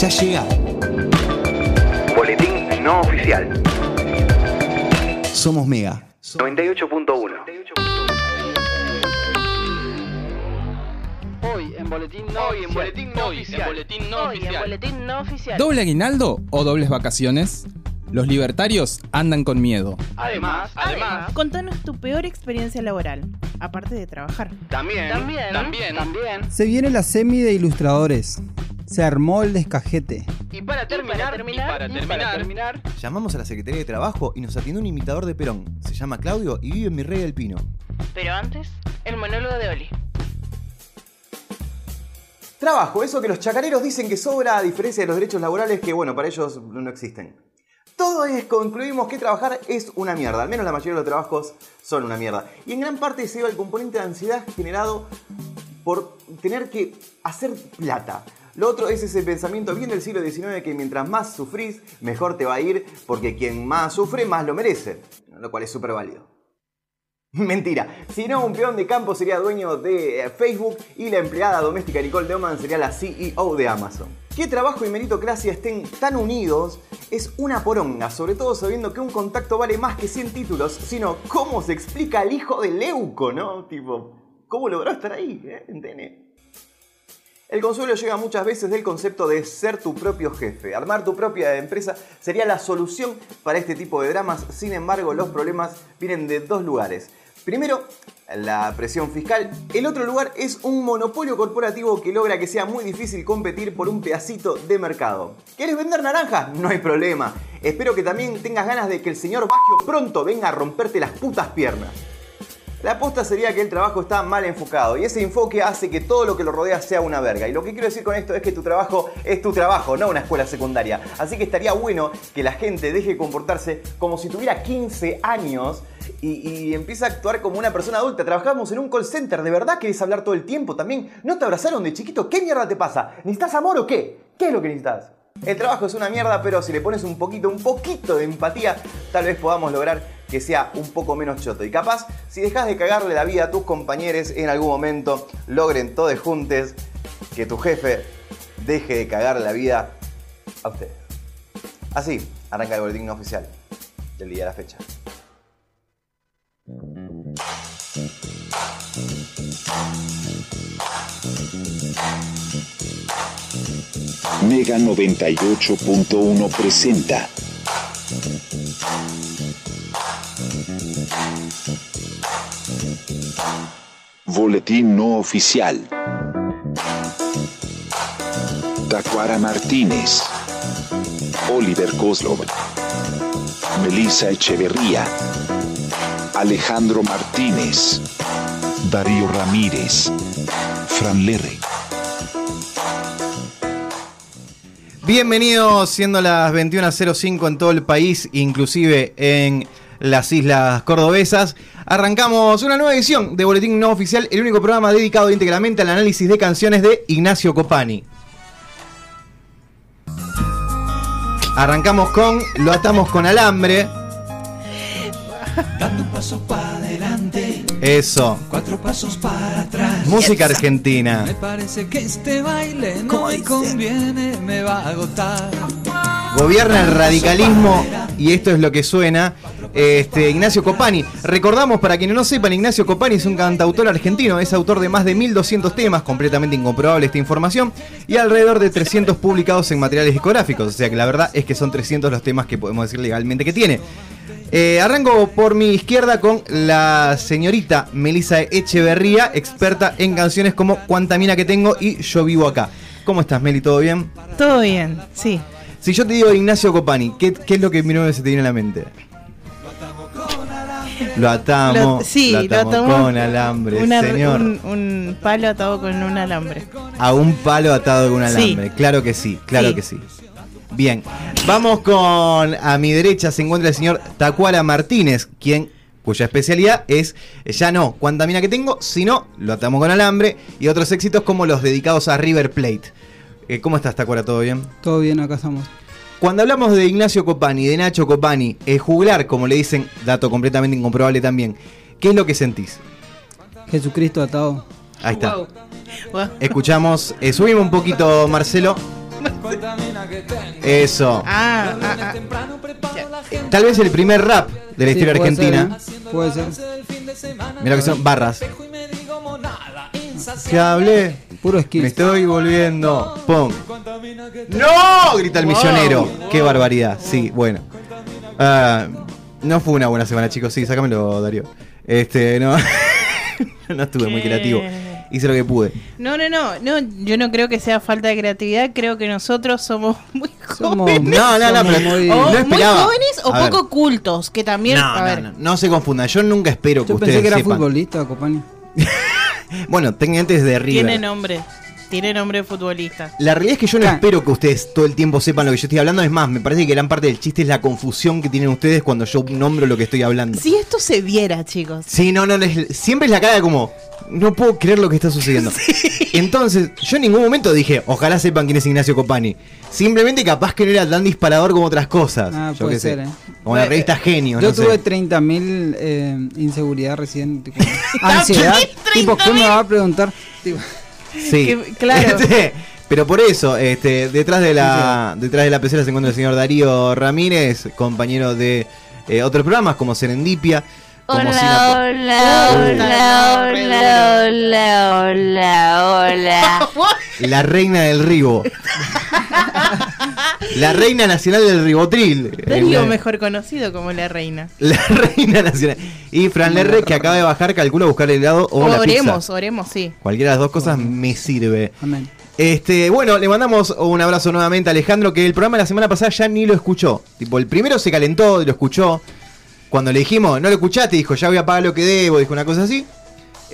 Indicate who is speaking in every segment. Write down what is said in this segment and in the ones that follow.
Speaker 1: ya llega.
Speaker 2: Boletín no oficial.
Speaker 1: Somos Mega.
Speaker 2: 98.1.
Speaker 3: Hoy en boletín no
Speaker 4: Hoy en boletín no oficial. boletín no
Speaker 5: Hoy en boletín no oficial.
Speaker 6: ¿Doble aguinaldo o dobles vacaciones? Los libertarios andan con miedo.
Speaker 3: Además, además,
Speaker 5: Contanos tu peor experiencia laboral, aparte de trabajar.
Speaker 3: también,
Speaker 5: También.
Speaker 3: también, también.
Speaker 7: Se viene la semi de ilustradores. Se armó el descajete.
Speaker 3: Y para terminar,
Speaker 5: para terminar,
Speaker 3: y para
Speaker 5: y
Speaker 3: terminar,
Speaker 5: para
Speaker 8: Llamamos a la Secretaría de Trabajo y nos atiende un imitador de Perón. Se llama Claudio y vive en Virrey del Pino.
Speaker 5: Pero antes, el monólogo de Oli.
Speaker 8: Trabajo, eso que los chacareros dicen que sobra a diferencia de los derechos laborales que, bueno, para ellos no existen. Todo es, concluimos que trabajar es una mierda, al menos la mayoría de los trabajos son una mierda. Y en gran parte se debe al componente de ansiedad generado por tener que hacer plata. Lo otro es ese pensamiento bien del siglo XIX que mientras más sufrís, mejor te va a ir porque quien más sufre, más lo merece. Lo cual es súper válido. Mentira, si no, un peón de campo sería dueño de eh, Facebook y la empleada doméstica Nicole Deoman sería la CEO de Amazon. Que trabajo y meritocracia estén tan unidos es una poronga, sobre todo sabiendo que un contacto vale más que 100 títulos, sino cómo se explica el hijo de Leuco, ¿no? Tipo, ¿cómo logró estar ahí? eh? ¿Entendés? El consuelo llega muchas veces del concepto de ser tu propio jefe. Armar tu propia empresa sería la solución para este tipo de dramas. Sin embargo, los problemas vienen de dos lugares. Primero, la presión fiscal. El otro lugar es un monopolio corporativo que logra que sea muy difícil competir por un pedacito de mercado. ¿Quieres vender naranjas? No hay problema. Espero que también tengas ganas de que el señor Baggio pronto venga a romperte las putas piernas. La aposta sería que el trabajo está mal enfocado y ese enfoque hace que todo lo que lo rodea sea una verga. Y lo que quiero decir con esto es que tu trabajo es tu trabajo, no una escuela secundaria. Así que estaría bueno que la gente deje de comportarse como si tuviera 15 años y, y empiece a actuar como una persona adulta. Trabajamos en un call center, ¿de verdad querés hablar todo el tiempo también? ¿No te abrazaron de chiquito? ¿Qué mierda te pasa? ¿Necesitas amor o qué? ¿Qué es lo que necesitas? El trabajo es una mierda, pero si le pones un poquito, un poquito de empatía, tal vez podamos lograr que sea un poco menos choto. Y capaz, si dejas de cagarle la vida a tus compañeros, en algún momento logren todos juntes que tu jefe deje de cagar la vida a ustedes. Así arranca el boletín no oficial del día de la fecha.
Speaker 9: Mega 98.1 presenta Boletín no oficial. Tacuara Martínez. Oliver Kozlov. Melissa Echeverría. Alejandro Martínez. Darío Ramírez. Fran Lerre.
Speaker 8: Bienvenidos, siendo las 21.05 en todo el país, inclusive en las islas cordobesas. Arrancamos una nueva edición de Boletín No Oficial, el único programa dedicado íntegramente al análisis de canciones de Ignacio Copani. Arrancamos con Lo atamos con alambre. Eso.
Speaker 10: Cuatro pasos para atrás.
Speaker 8: Música argentina.
Speaker 10: Me parece que este baile no me conviene, me va a agotar.
Speaker 8: Gobierna el radicalismo y esto es lo que suena. Este, Ignacio Copani. Recordamos, para quienes no sepan, Ignacio Copani es un cantautor argentino, es autor de más de 1200 temas, completamente incomprobable esta información, y alrededor de 300 publicados en materiales discográficos. O sea que la verdad es que son 300 los temas que podemos decir legalmente que tiene. Eh, arranco por mi izquierda con la señorita Melissa Echeverría, experta en canciones como Cuánta mina que tengo y Yo vivo acá. ¿Cómo estás, Meli? ¿Todo bien?
Speaker 5: Todo bien, sí.
Speaker 8: Si yo te digo Ignacio Copani, ¿qué, qué es lo que primero se te viene a la mente? Lo atamos,
Speaker 5: Lo- sí,
Speaker 8: lo atamos
Speaker 5: atamos
Speaker 8: con alambre,
Speaker 5: una-
Speaker 8: señor.
Speaker 5: Un, un palo atado con un alambre.
Speaker 8: A un palo atado con un
Speaker 5: Sí.
Speaker 8: alambre. Claro que sí, claro
Speaker 5: Sí.
Speaker 8: que sí. Bien, vamos con a mi derecha se encuentra el señor Tacuara Martínez, quien cuya especialidad es eh, ya no cuánta mina que tengo, sino lo atamos con alambre y otros éxitos como los dedicados a River Plate. Eh, ¿Cómo estás, Tacuara? ¿Todo bien?
Speaker 7: Todo bien, acá estamos.
Speaker 8: Cuando hablamos de Ignacio Copani, de Nacho Copani, el juglar, como le dicen, dato completamente incomprobable también, ¿qué es lo que sentís?
Speaker 7: Jesucristo atado.
Speaker 8: Ahí está.
Speaker 5: Guau.
Speaker 8: Escuchamos, eh, subimos un poquito, Marcelo.
Speaker 11: cuánta mina que tengo.
Speaker 12: Eso.
Speaker 5: Ah,
Speaker 11: Los
Speaker 5: ah,
Speaker 11: lunes
Speaker 5: ah.
Speaker 11: temprano preparo la agenda.
Speaker 12: Tal vez el primer rap de la
Speaker 7: Sí,
Speaker 12: historia
Speaker 7: puede
Speaker 12: argentina.
Speaker 7: ser, ¿eh? Puede ser.
Speaker 12: Mira que son barras.
Speaker 11: Espejo y me digo monada,
Speaker 12: Que hablé,
Speaker 7: Puro
Speaker 12: me
Speaker 7: skill.
Speaker 12: estoy volviendo. Pum.
Speaker 11: Cuánta mina que tengo.
Speaker 12: ¡No! Grita el millonero. ¡Qué barbaridad! Sí, bueno. Ah, no fue una buena semana, chicos. Sí, sácamelo, Darío. Este, no. no estuve muy
Speaker 5: ¿Qué?
Speaker 12: creativo. Hice lo que pude.
Speaker 5: No, no, no, no, yo no creo que sea falta de creatividad, creo que nosotros somos muy
Speaker 7: Somos-
Speaker 5: jóvenes.
Speaker 12: No, no, no,
Speaker 7: Somos
Speaker 12: pero
Speaker 7: muy-
Speaker 5: O
Speaker 12: no
Speaker 5: muy
Speaker 12: esperaba.
Speaker 5: jóvenes o
Speaker 12: A ver.
Speaker 5: poco cultos, que también,
Speaker 12: No,
Speaker 5: a
Speaker 12: no,
Speaker 5: ver,
Speaker 12: no, no se confundan. Yo nunca espero que
Speaker 7: Yo
Speaker 12: ustedes
Speaker 7: pensé que era
Speaker 12: sepan.
Speaker 7: futbolista, Copani.
Speaker 12: Bueno, técnicamente es de River.
Speaker 5: tiene nombre, tiene nombre de futbolista.
Speaker 12: La realidad es que yo no
Speaker 7: Claro.
Speaker 12: espero que ustedes todo el tiempo sepan lo que yo estoy hablando. Es más, me parece que gran parte del chiste es la confusión que tienen ustedes cuando yo nombro lo que estoy hablando.
Speaker 5: Si esto se viera, chicos.
Speaker 12: Sí, no, no, no, es- siempre es la cara de como, no puedo creer lo que está sucediendo. Entonces, yo en ningún momento dije, ojalá sepan quién es Ignacio Copani. Simplemente capaz que no era tan disparador como otras cosas.
Speaker 7: Ah,
Speaker 12: yo
Speaker 7: puede
Speaker 12: qué sé.
Speaker 7: ser, ¿eh?
Speaker 12: Como la revista Genio,
Speaker 7: Yo
Speaker 12: no sé.
Speaker 7: tuve 30.000 eh, inseguridad recién. tipo, ansiedad.
Speaker 5: ¿También
Speaker 7: Tipo, ¿qué
Speaker 5: 30.000?
Speaker 7: me va a preguntar? Tipo,
Speaker 12: Sí.
Speaker 5: que- claro.
Speaker 12: Este, pero por eso, este, detrás de la detrás de la pecera se encuentra el señor Darío Ramírez, compañero de eh, otros programas como Serendipia, como Sinapo-
Speaker 5: hola, hola,
Speaker 13: hola, hola, hola.
Speaker 12: La reina del ribo. la reina nacional del ribotril.
Speaker 5: Darío,
Speaker 12: Eh,
Speaker 5: mejor conocido como la reina.
Speaker 12: La reina nacional. Y Fran Lerre, que acaba de bajar, calcula buscar el helado o la
Speaker 5: oremos,
Speaker 12: pizza.
Speaker 5: oremos, sí.
Speaker 12: Cualquiera de las dos cosas me sirve.
Speaker 7: amén.
Speaker 12: Este, bueno, le mandamos un abrazo nuevamente a Alejandro, que el programa de la semana pasada ya ni lo escuchó. Tipo, el primero se calentó, lo escuchó. Cuando le dijimos, no lo escuchaste, dijo, ya voy a pagar lo que debo, dijo una cosa así.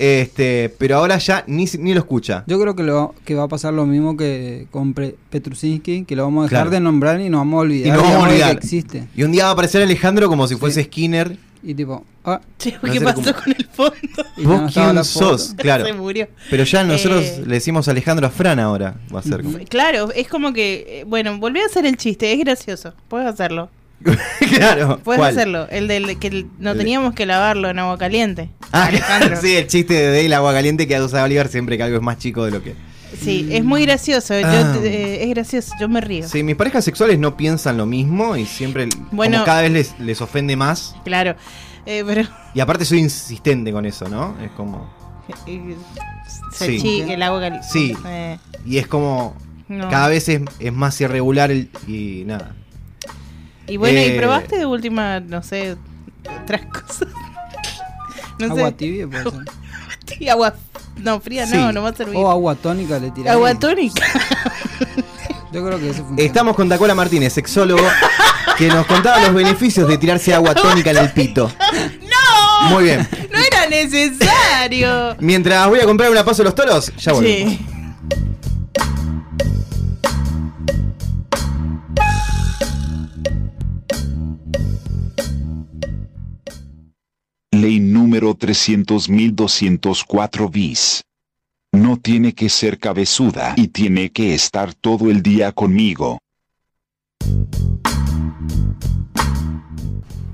Speaker 12: Este, pero ahora ya ni, ni lo escucha.
Speaker 7: Yo creo que, lo, que va a pasar lo mismo que con Pre- Petrusinski, que lo vamos a dejar
Speaker 12: Claro.
Speaker 7: de nombrar y nos vamos a olvidar.
Speaker 12: Y nos vamos a
Speaker 7: digamos, de
Speaker 12: olvidar.
Speaker 7: que existe.
Speaker 12: Y un día va a aparecer Alejandro como si fuese Skinner.
Speaker 7: Y tipo, ah,
Speaker 5: Che,
Speaker 12: No
Speaker 5: ¿qué
Speaker 12: sé
Speaker 5: pasó
Speaker 12: cómo-
Speaker 5: con el fondo?
Speaker 7: y ya no
Speaker 12: ¿Vos
Speaker 7: estaba
Speaker 12: quién
Speaker 7: la foto.
Speaker 12: sos? Claro.
Speaker 5: Se murió.
Speaker 12: Pero ya nosotros
Speaker 5: Eh.
Speaker 12: le decimos Alejandro a Fran ahora. Va a ser como.
Speaker 5: Claro, es como que, eh, bueno, volví a hacer el chiste, es gracioso, puedes hacerlo.
Speaker 12: claro.
Speaker 5: Puedes
Speaker 12: ¿cuál?
Speaker 5: hacerlo, el del que el- no
Speaker 12: El de-
Speaker 5: teníamos que lavarlo en agua caliente.
Speaker 12: Ah,
Speaker 5: Alejandro.
Speaker 12: sí, el chiste del agua caliente que usa Bolívar siempre que algo es más chico de lo que.
Speaker 5: Sí, es muy gracioso. yo
Speaker 12: Ah.
Speaker 5: te- eh, es gracioso, yo me río.
Speaker 12: Sí, mis parejas sexuales no piensan lo mismo y siempre.
Speaker 5: Bueno.
Speaker 12: como cada vez les, les ofende más.
Speaker 5: Claro. Eh, pero
Speaker 12: Y aparte soy insistente con eso, ¿no? Es como.
Speaker 5: eh,
Speaker 12: Sí.
Speaker 5: sí, el agua caliente.
Speaker 12: Sí.
Speaker 5: Eh,
Speaker 12: Y es como.
Speaker 5: no.
Speaker 12: Cada vez es, es más irregular el- y nada.
Speaker 5: Y bueno,
Speaker 12: eh,
Speaker 5: ¿y probaste de última, no sé, otras cosas? No
Speaker 7: Agua
Speaker 5: sé.
Speaker 7: tibia, puede ser.
Speaker 5: Sí, agua. No, fría
Speaker 12: Sí. Oh,
Speaker 5: no, no va a servir.
Speaker 7: O agua tónica le tiramos.
Speaker 5: agua tónica.
Speaker 7: Yo creo que eso funciona.
Speaker 12: Estamos con Tacola Martínez, sexólogo, que nos contaba los beneficios de tirarse agua tónica en el pito.
Speaker 5: ¡No!
Speaker 12: Muy bien.
Speaker 5: ¡No era necesario!
Speaker 12: Mientras voy a comprar una paso a los toros, ya volvemos.
Speaker 5: Sí.
Speaker 9: Ley número 300.204 bis. No tiene que ser cabezuda y tiene que estar todo el día conmigo.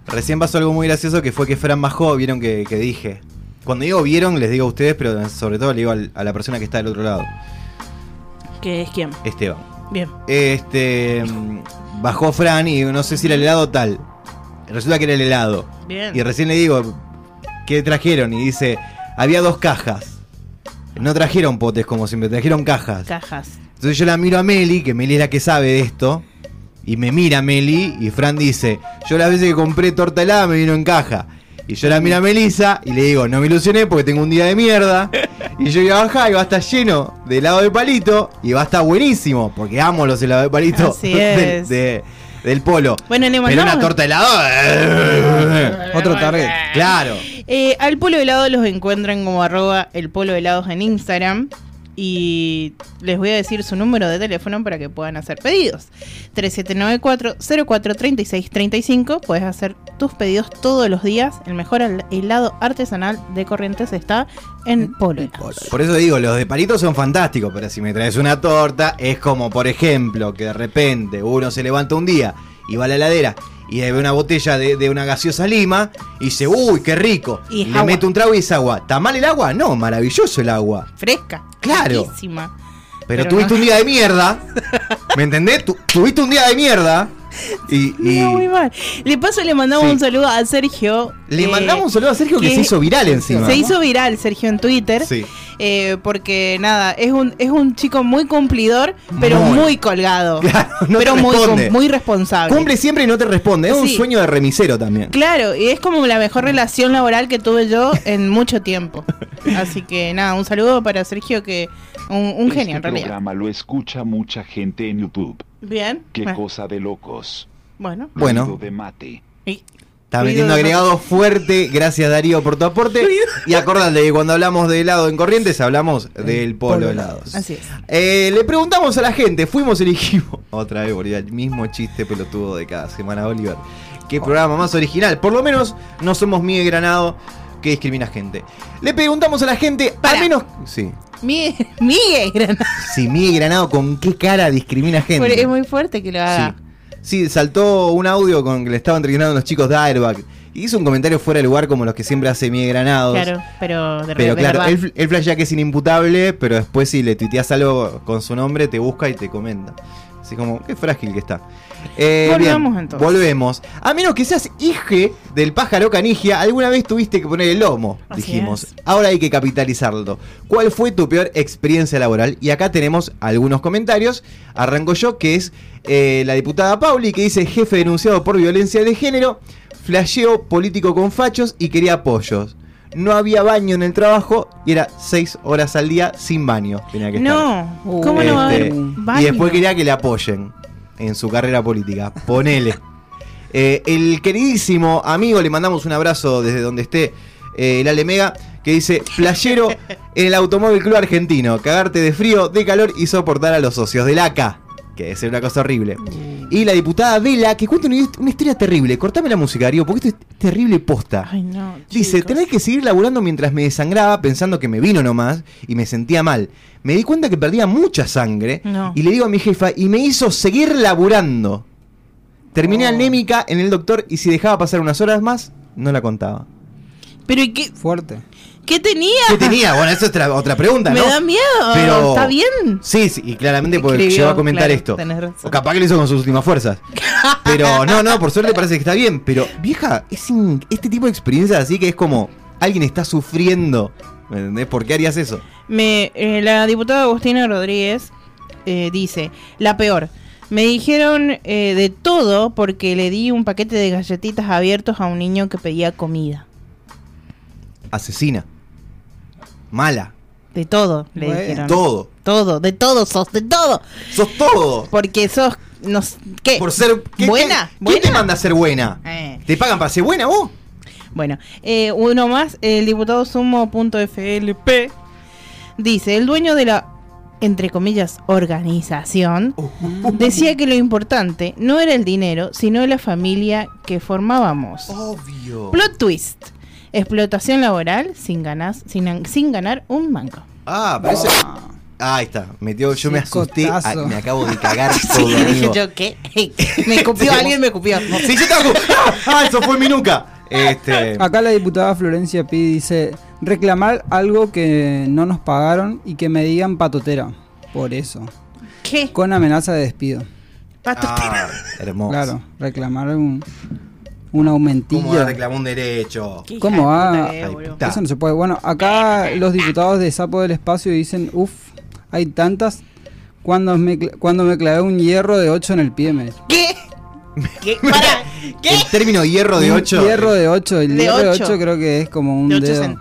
Speaker 12: Recién pasó algo muy gracioso que fue que Fran bajó, vieron que, que dije. Cuando digo vieron, les digo a ustedes, pero sobre todo le digo al- a la persona que está del otro lado,
Speaker 5: ¿Qué es quién?
Speaker 12: Esteban.
Speaker 5: Bien.
Speaker 12: Este. mm, Bajó Fran y no sé si era el helado o tal. Resulta que era el helado.
Speaker 5: Bien.
Speaker 12: Y recién le digo, ¿qué trajeron? Y dice, había dos cajas. No trajeron potes como siempre, trajeron cajas.
Speaker 5: Cajas.
Speaker 12: Entonces yo la miro a Meli, que Meli es la que sabe de esto. Y me mira Meli y Fran dice, yo las veces que compré torta helada me vino en caja. Y yo la miro a Melisa y le digo, no me ilusioné porque tengo un día de mierda. Y yo iba a bajar y va a estar lleno de helado de palito y va a estar buenísimo porque amo los helados de palito
Speaker 5: Así
Speaker 12: del-
Speaker 5: es.
Speaker 12: de- del polo.
Speaker 5: Bueno, le
Speaker 12: Pero una
Speaker 5: mandamos-
Speaker 12: torta helada...
Speaker 7: Otro target.
Speaker 12: claro.
Speaker 5: Eh, al Polo Helado los encuentran como arroba el Polo Helados en Instagram. Y les voy a decir su número de teléfono para que puedan hacer pedidos. 3794-043635. Puedes hacer tus pedidos todos los días. El mejor al- helado artesanal de Corrientes está en
Speaker 12: Mm,
Speaker 5: Polo Helados.
Speaker 12: Por eso digo, los de palito son fantásticos, pero si me traes una torta, es como, por ejemplo, que de repente uno se levanta un día y va a la heladera y ve una botella de, de una gaseosa lima y dice, uy, qué rico.
Speaker 5: Y
Speaker 12: Y
Speaker 5: es
Speaker 12: le
Speaker 5: agua.
Speaker 12: mete un trago y es agua. ¿Está mal el agua? No, maravilloso el agua.
Speaker 5: Fresca.
Speaker 12: Claro.
Speaker 5: riquísima.
Speaker 12: Pero,
Speaker 5: Pero
Speaker 12: tuviste
Speaker 5: no.
Speaker 12: un día de mierda ¿Me entendés? Tu- tuviste un día de mierda. Y, y-
Speaker 5: No, muy mal. Le paso, le mandamos
Speaker 12: Sí.
Speaker 5: un saludo a Sergio.
Speaker 12: le
Speaker 5: eh,
Speaker 12: mandamos un saludo a Sergio que, se hizo viral encima.
Speaker 5: Se hizo viral Sergio en Twitter.
Speaker 12: Sí.
Speaker 5: eh, porque nada, es un, es un chico muy cumplidor, pero muy,
Speaker 12: Muy.
Speaker 5: colgado.
Speaker 12: Claro, no
Speaker 5: pero
Speaker 12: te
Speaker 5: muy,
Speaker 12: responde.
Speaker 5: com- muy responsable.
Speaker 12: Cumple siempre y no te responde. Es un
Speaker 5: Sí.
Speaker 12: sueño de remisero también.
Speaker 5: Claro, y es como la
Speaker 12: Mm.
Speaker 5: mejor relación laboral que tuve yo en mucho tiempo. Así que nada, un saludo para Sergio, que un, un genio en
Speaker 9: este
Speaker 5: realidad.
Speaker 9: programa lo escucha mucha gente en YouTube.
Speaker 5: Bien.
Speaker 9: Qué
Speaker 5: Ah,
Speaker 9: cosa de locos.
Speaker 5: Bueno.
Speaker 12: Bueno.
Speaker 9: Ruido de mate.
Speaker 5: Y-
Speaker 12: Está
Speaker 5: Ruido
Speaker 12: metiendo
Speaker 5: de
Speaker 12: agregado fuerte. Gracias Darío por tu aporte. Y acordate que cuando hablamos de helado en Corrientes, hablamos del polo helados.
Speaker 5: Así es.
Speaker 12: Eh, le preguntamos a la gente, fuimos elegimos. Otra vez volví al mismo chiste pelotudo de cada semana, Oliver. Qué
Speaker 5: Oh.
Speaker 12: programa más original. Por lo menos no somos Miguel Granado que discrimina gente. Le preguntamos a la gente,
Speaker 5: Pará.
Speaker 12: a menos. Sí.
Speaker 5: Miguel, Miguel Granado.
Speaker 12: Si Miguel Granado con qué cara discrimina gente.
Speaker 5: Es muy fuerte que lo haga.
Speaker 12: Sí. Sí, saltó un audio con que le estaban entrenando a los chicos de Airbag. Y hizo un comentario fuera de lugar como los que siempre hace Miguel Granados.
Speaker 5: Claro, pero de, re-
Speaker 12: Pero
Speaker 5: de
Speaker 12: claro,
Speaker 5: verdad.
Speaker 12: él, él flashea que es inimputable, pero después si le tuiteas algo con su nombre, te busca y te comenta. Así como, qué frágil que está. Eh,
Speaker 5: Volvamos
Speaker 12: bien,
Speaker 5: entonces.
Speaker 12: Volvemos. A menos que seas hije del pájaro canigia, alguna vez tuviste que poner el lomo,
Speaker 5: Así
Speaker 12: dijimos.
Speaker 5: es.
Speaker 12: Ahora hay que capitalizarlo. ¿Cuál fue tu peor experiencia laboral? Y acá tenemos algunos comentarios. Arranco yo, que es eh, la diputada Pauli, que dice jefe denunciado por violencia de género, flasheo político con fachos y quería apoyos. No había baño en el trabajo y era seis horas al día sin baño. Tenía que estar.
Speaker 5: No, ¿cómo no va a
Speaker 12: Este,
Speaker 5: haber
Speaker 12: Y
Speaker 5: baño?
Speaker 12: después quería que le apoyen en su carrera política. Ponele. Eh, el queridísimo amigo, le mandamos un abrazo desde donde esté, eh, el Alemega, que dice, playero en el Automóvil Club Argentino, cagarte de frío, de calor y soportar a los socios del ACA, que es una cosa horrible.
Speaker 5: Mm.
Speaker 12: Y la diputada Vela, que cuenta una, hist- una historia terrible. Cortame la música, Darío, porque esto es terrible posta.
Speaker 5: Ay, no.
Speaker 12: Dice,
Speaker 5: chicos.
Speaker 12: tenés que seguir laburando mientras me desangraba pensando que me vino nomás y me sentía mal. Me di cuenta que perdía mucha sangre
Speaker 5: No.
Speaker 12: y le digo a mi jefa y me hizo seguir
Speaker 5: Oh.
Speaker 12: laburando. Terminé anémica en el doctor y si dejaba pasar unas horas más, no la contaba.
Speaker 5: Pero ¿y qué,
Speaker 7: Fuerte.
Speaker 5: qué tenía?
Speaker 12: ¿Qué tenía? Bueno, esa es otra, otra pregunta,
Speaker 5: Me
Speaker 12: ¿no?
Speaker 5: da miedo.
Speaker 12: Pero-
Speaker 5: ¿Está bien?
Speaker 12: Sí, sí, y claramente porque
Speaker 5: Escribió,
Speaker 12: llegó a comentar
Speaker 5: claro,
Speaker 12: esto.
Speaker 5: tenés razón.
Speaker 12: O capaz que lo hizo con sus últimas fuerzas. Pero no, no, por suerte parece que está bien. Pero, vieja, es in- este tipo de experiencias así que es como alguien está sufriendo. ¿Me entendés? ¿Por qué harías eso?
Speaker 5: Me, eh, la diputada Agustina Rodríguez eh, dice, la peor. Me dijeron eh, de todo porque le di un paquete de galletitas abiertos a un niño que pedía comida.
Speaker 12: Asesina. Mala.
Speaker 5: De todo, le
Speaker 7: Bueno,
Speaker 5: dijeron.
Speaker 12: Todo.
Speaker 5: Todo, de todo sos, de todo.
Speaker 12: Sos todo.
Speaker 5: Porque sos, no s- ¿qué?
Speaker 12: Por ser. ¿qué-
Speaker 5: Buena,
Speaker 12: qué- ¿Quién te
Speaker 5: buena.
Speaker 12: manda a ser buena?
Speaker 5: Eh,
Speaker 12: ¿Te pagan para ser buena vos?
Speaker 5: Bueno, eh, uno más, el diputado sumo.flp dice, el dueño de la, entre comillas, organización, decía que lo importante no era el dinero, sino la familia que formábamos.
Speaker 12: Obvio.
Speaker 5: Plot twist. Explotación laboral sin, ganas, sin, sin ganar un mango.
Speaker 12: Ah, pero ese- Ah, ahí está. Metió, yo me asusté.
Speaker 7: Chicotazo.
Speaker 12: ah, me acabo de cagar todo.
Speaker 5: Y dije
Speaker 12: amigo.
Speaker 5: yo, ¿qué? Me copió, alguien me copió.
Speaker 12: Sí, yo estaba como, ¡Ah! Ah, eso fue en mi nuca. Este.
Speaker 7: Acá la diputada Florencia Pi dice, reclamar algo que no nos pagaron y que me digan patotera. Por eso.
Speaker 5: ¿Qué?
Speaker 7: Con amenaza de despido.
Speaker 5: Pato.
Speaker 12: Ah, hermoso.
Speaker 7: Claro, reclamar un, un
Speaker 12: ¿Cómo
Speaker 7: aumentillo.
Speaker 12: va a reclamar un derecho?
Speaker 5: Qué hija
Speaker 7: ¿Cómo
Speaker 5: de
Speaker 7: va?
Speaker 5: puta que es,
Speaker 12: Ay,
Speaker 5: boludo.
Speaker 12: puta.
Speaker 7: Eso no se puede. Bueno, acá los diputados de Sapo del Espacio dicen, uff, hay tantas. Cuando me, cla- cuando me clavé un hierro de 8 en el pie, me...
Speaker 5: ¿Qué? ¿Qué? Pará, ¿qué?
Speaker 12: El término hierro de
Speaker 7: Un
Speaker 12: 8.
Speaker 7: Hierro de 8. El
Speaker 5: De
Speaker 7: hierro de
Speaker 5: ocho.
Speaker 7: 8 creo que es como un
Speaker 5: De ocho
Speaker 7: dedo.
Speaker 5: cent-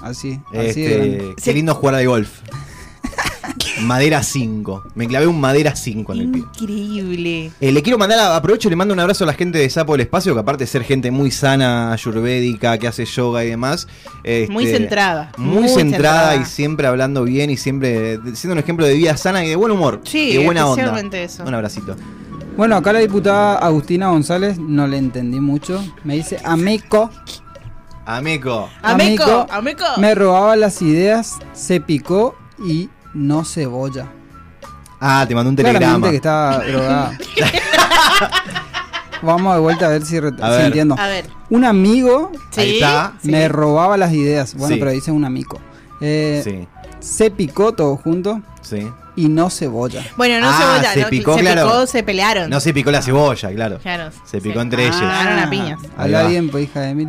Speaker 7: Así, así de grande.
Speaker 12: Este, qué lindo jugar al golf. madera 5. Me clavé un madera 5
Speaker 7: Mm.
Speaker 12: en el pie.
Speaker 5: Increíble.
Speaker 12: Eh, le quiero mandar, a- aprovecho, y le mando un abrazo a la gente de Sapo del Espacio, que aparte de ser gente muy sana, ayurvédica, que hace yoga y demás. este,
Speaker 5: Muy centrada.
Speaker 12: Muy,
Speaker 5: Muy
Speaker 12: centrada,
Speaker 5: centrada.
Speaker 12: y siempre hablando bien y siempre siendo un ejemplo de vida sana y de buen humor.
Speaker 5: Sí,
Speaker 12: y de buena onda.
Speaker 5: especialmente eso.
Speaker 12: Un abracito.
Speaker 7: Bueno, acá la diputada Agustina González, no le entendí mucho. Me dice, Ameco,
Speaker 12: Ameco.
Speaker 5: Ameco,
Speaker 7: Amigo,
Speaker 5: Ameco.
Speaker 7: me robaba las ideas, se picó y no cebolla.
Speaker 12: Ah, te mandó un telegrama.
Speaker 7: Claramente que estaba drogada. Vamos de vuelta a ver si, re-
Speaker 12: A
Speaker 7: si
Speaker 12: ver.
Speaker 7: entiendo.
Speaker 5: A ver.
Speaker 7: Un amigo
Speaker 5: Sí.
Speaker 12: Ahí está.
Speaker 5: sí.
Speaker 7: me robaba las ideas. Bueno,
Speaker 12: Sí.
Speaker 7: pero dice un amigo. Eh,
Speaker 12: Sí.
Speaker 7: picó todo junto
Speaker 12: Sí.
Speaker 7: y no cebolla.
Speaker 5: Bueno, no
Speaker 12: Ah,
Speaker 5: cebolla,
Speaker 12: se
Speaker 5: no,
Speaker 12: picó,
Speaker 5: se
Speaker 12: claro.
Speaker 5: picó, se pelearon.
Speaker 12: No se picó la cebolla, claro.
Speaker 5: Claro.
Speaker 12: Se picó entre ellos. Ah.
Speaker 5: Cagaron a Ah, piñas.
Speaker 12: Ahí
Speaker 7: Habla
Speaker 12: va.
Speaker 7: bien, pues, hija de mil.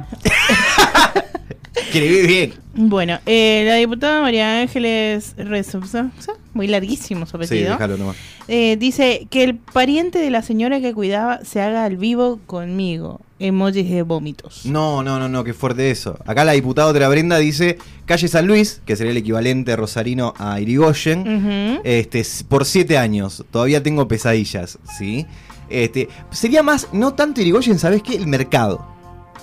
Speaker 12: Escribí bien.
Speaker 5: Bueno, eh, la diputada María Ángeles Resubsa, muy larguísimo su
Speaker 12: Sí,
Speaker 5: apellido,
Speaker 12: déjalo nomás.
Speaker 5: eh, dice que el pariente de la señora que cuidaba se haga al vivo conmigo. Emojis de vómitos.
Speaker 12: No, no, no, no, qué fuerte eso. Acá la diputada otra Brenda dice, calle San Luis, que sería el equivalente rosarino a Irigoyen,
Speaker 5: Ujú.
Speaker 12: este, s- por siete años. Todavía tengo pesadillas, ¿sí? Este, sería más, no tanto Irigoyen, ¿sabes qué? El mercado.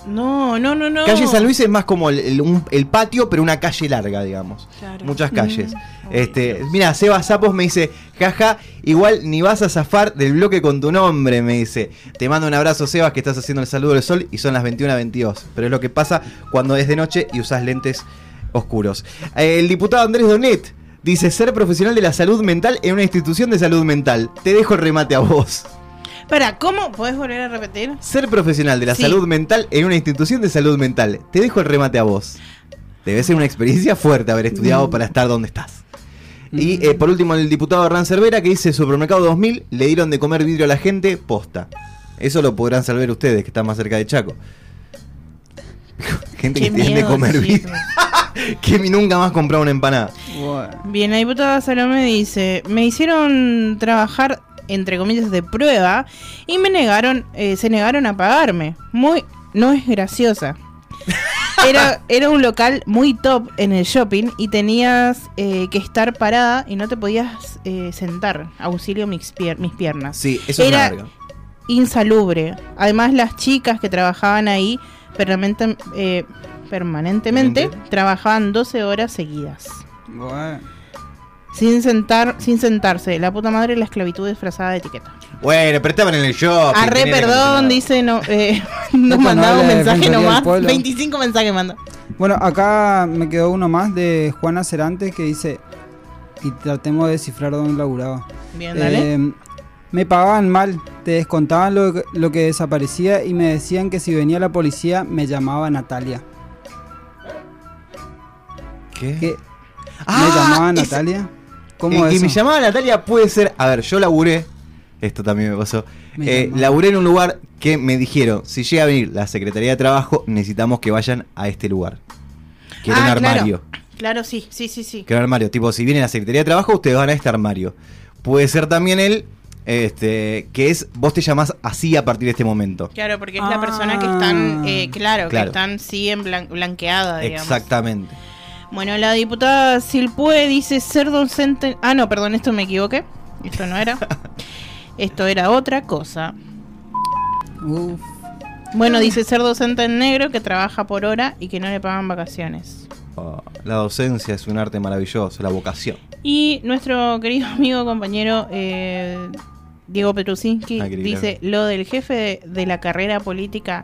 Speaker 5: No, no, no, no.
Speaker 12: Calle San Luis es más como el, el- un- el patio, pero una calle larga, digamos. Muchas calles. Este, mira, Seba Sapos me dice, jaja, igual ni vas a zafar del bloque con tu nombre, me dice. Te mando un abrazo, Sebas, que estás haciendo el saludo del sol y son las 21.22. Pero es lo que pasa cuando es de noche y usas lentes oscuros. Eh, El diputado Andrés Donet dice, ser profesional de la salud mental en una institución de salud mental. Te dejo el remate a vos.
Speaker 5: Para, ¿cómo? ¿Puedes volver a repetir?
Speaker 12: Ser profesional de la
Speaker 5: Sí.
Speaker 12: salud mental en una institución de salud mental. Te dejo el remate a vos. Debe ser una experiencia fuerte haber
Speaker 5: Mm.
Speaker 12: estudiado para estar donde estás. Y eh, por último, el diputado Hernán Cervera que dice: Supermercado 2000 le dieron de comer vidrio a la gente, posta. Eso lo podrán saber ustedes que están más cerca de Chaco. gente que tiene de comer
Speaker 5: chicos.
Speaker 12: vidrio. que mi nunca más comprado una empanada.
Speaker 7: Bueno.
Speaker 5: Bien, la diputada Salomé dice, me hicieron trabajar entre comillas de prueba y me negaron, eh, se negaron a pagarme. Muy, no es graciosa. Era, era un local muy top en el shopping y tenías eh, que estar parada y no te podías eh, sentar. Auxilio mis, pier- mis piernas.
Speaker 12: Sí, eso es
Speaker 5: Era-
Speaker 12: una verga.
Speaker 5: Insalubre. Además las chicas que trabajaban ahí permanente- eh, permanentemente
Speaker 12: Permanente.
Speaker 5: trabajaban 12 horas seguidas.
Speaker 7: Bueno.
Speaker 5: Sin, sentar, sin sentarse, la puta madre la esclavitud disfrazada de etiqueta.
Speaker 12: Bueno, pero estaban en el
Speaker 7: Ah,
Speaker 12: shopping.
Speaker 5: Arre,
Speaker 12: tenían aire
Speaker 5: perdón,
Speaker 12: acondicionado.
Speaker 5: dice, no, eh, nos
Speaker 7: Puta, no
Speaker 5: mandaba un
Speaker 7: habla de
Speaker 5: mensaje
Speaker 7: Defensoría del
Speaker 5: nomás.
Speaker 7: Pueblo.
Speaker 5: 25 mensajes manda.
Speaker 7: Bueno, acá me quedó uno más de Juana Cerantes que dice, y tratemos de descifrar dónde laburaba.
Speaker 5: Bien, dale.
Speaker 7: Eh, me pagaban mal, te descontaban lo, lo que desaparecía y me decían que si venía la policía me llamaba Natalia.
Speaker 12: ¿Qué?
Speaker 7: ¿Qué?
Speaker 12: Ah,
Speaker 7: ¿Me llamaba
Speaker 12: esa-
Speaker 7: Natalia? ¿Cómo
Speaker 12: y,
Speaker 7: es
Speaker 12: y me
Speaker 7: eso?
Speaker 12: llamaba Natalia puede ser. A ver, yo laburé. Esto también me pasó.
Speaker 7: Me
Speaker 12: eh,
Speaker 7: llamaba.
Speaker 12: laburé en un lugar que me dijeron: si llega a venir la Secretaría de Trabajo, necesitamos que vayan a este lugar. Que era
Speaker 5: Ah,
Speaker 12: un
Speaker 5: claro.
Speaker 12: armario.
Speaker 5: Claro, sí, sí, sí, sí.
Speaker 12: Que era un armario. Tipo, si viene la Secretaría de Trabajo, ustedes van a este armario. Puede ser también él, este, que es vos te llamás así a partir de este momento.
Speaker 5: Claro, porque es
Speaker 7: Ah.
Speaker 5: la persona que están, eh, claro,
Speaker 12: Claro.
Speaker 5: que están sí en blan- blanqueada, Ah, digamos.
Speaker 12: Exactamente.
Speaker 5: Bueno, la diputada Silpue dice ser docente. Ah, no, perdón, esto me equivoqué. Esto no era. esto era otra cosa.
Speaker 7: Uf.
Speaker 5: Bueno, dice ser docente en negro que trabaja por hora y que no le pagan vacaciones.
Speaker 12: Oh, la docencia es un arte maravilloso, la vocación.
Speaker 5: Y nuestro querido amigo compañero eh, Diego Petrusinski
Speaker 12: Ah, querido.
Speaker 5: dice lo del jefe de, de la carrera política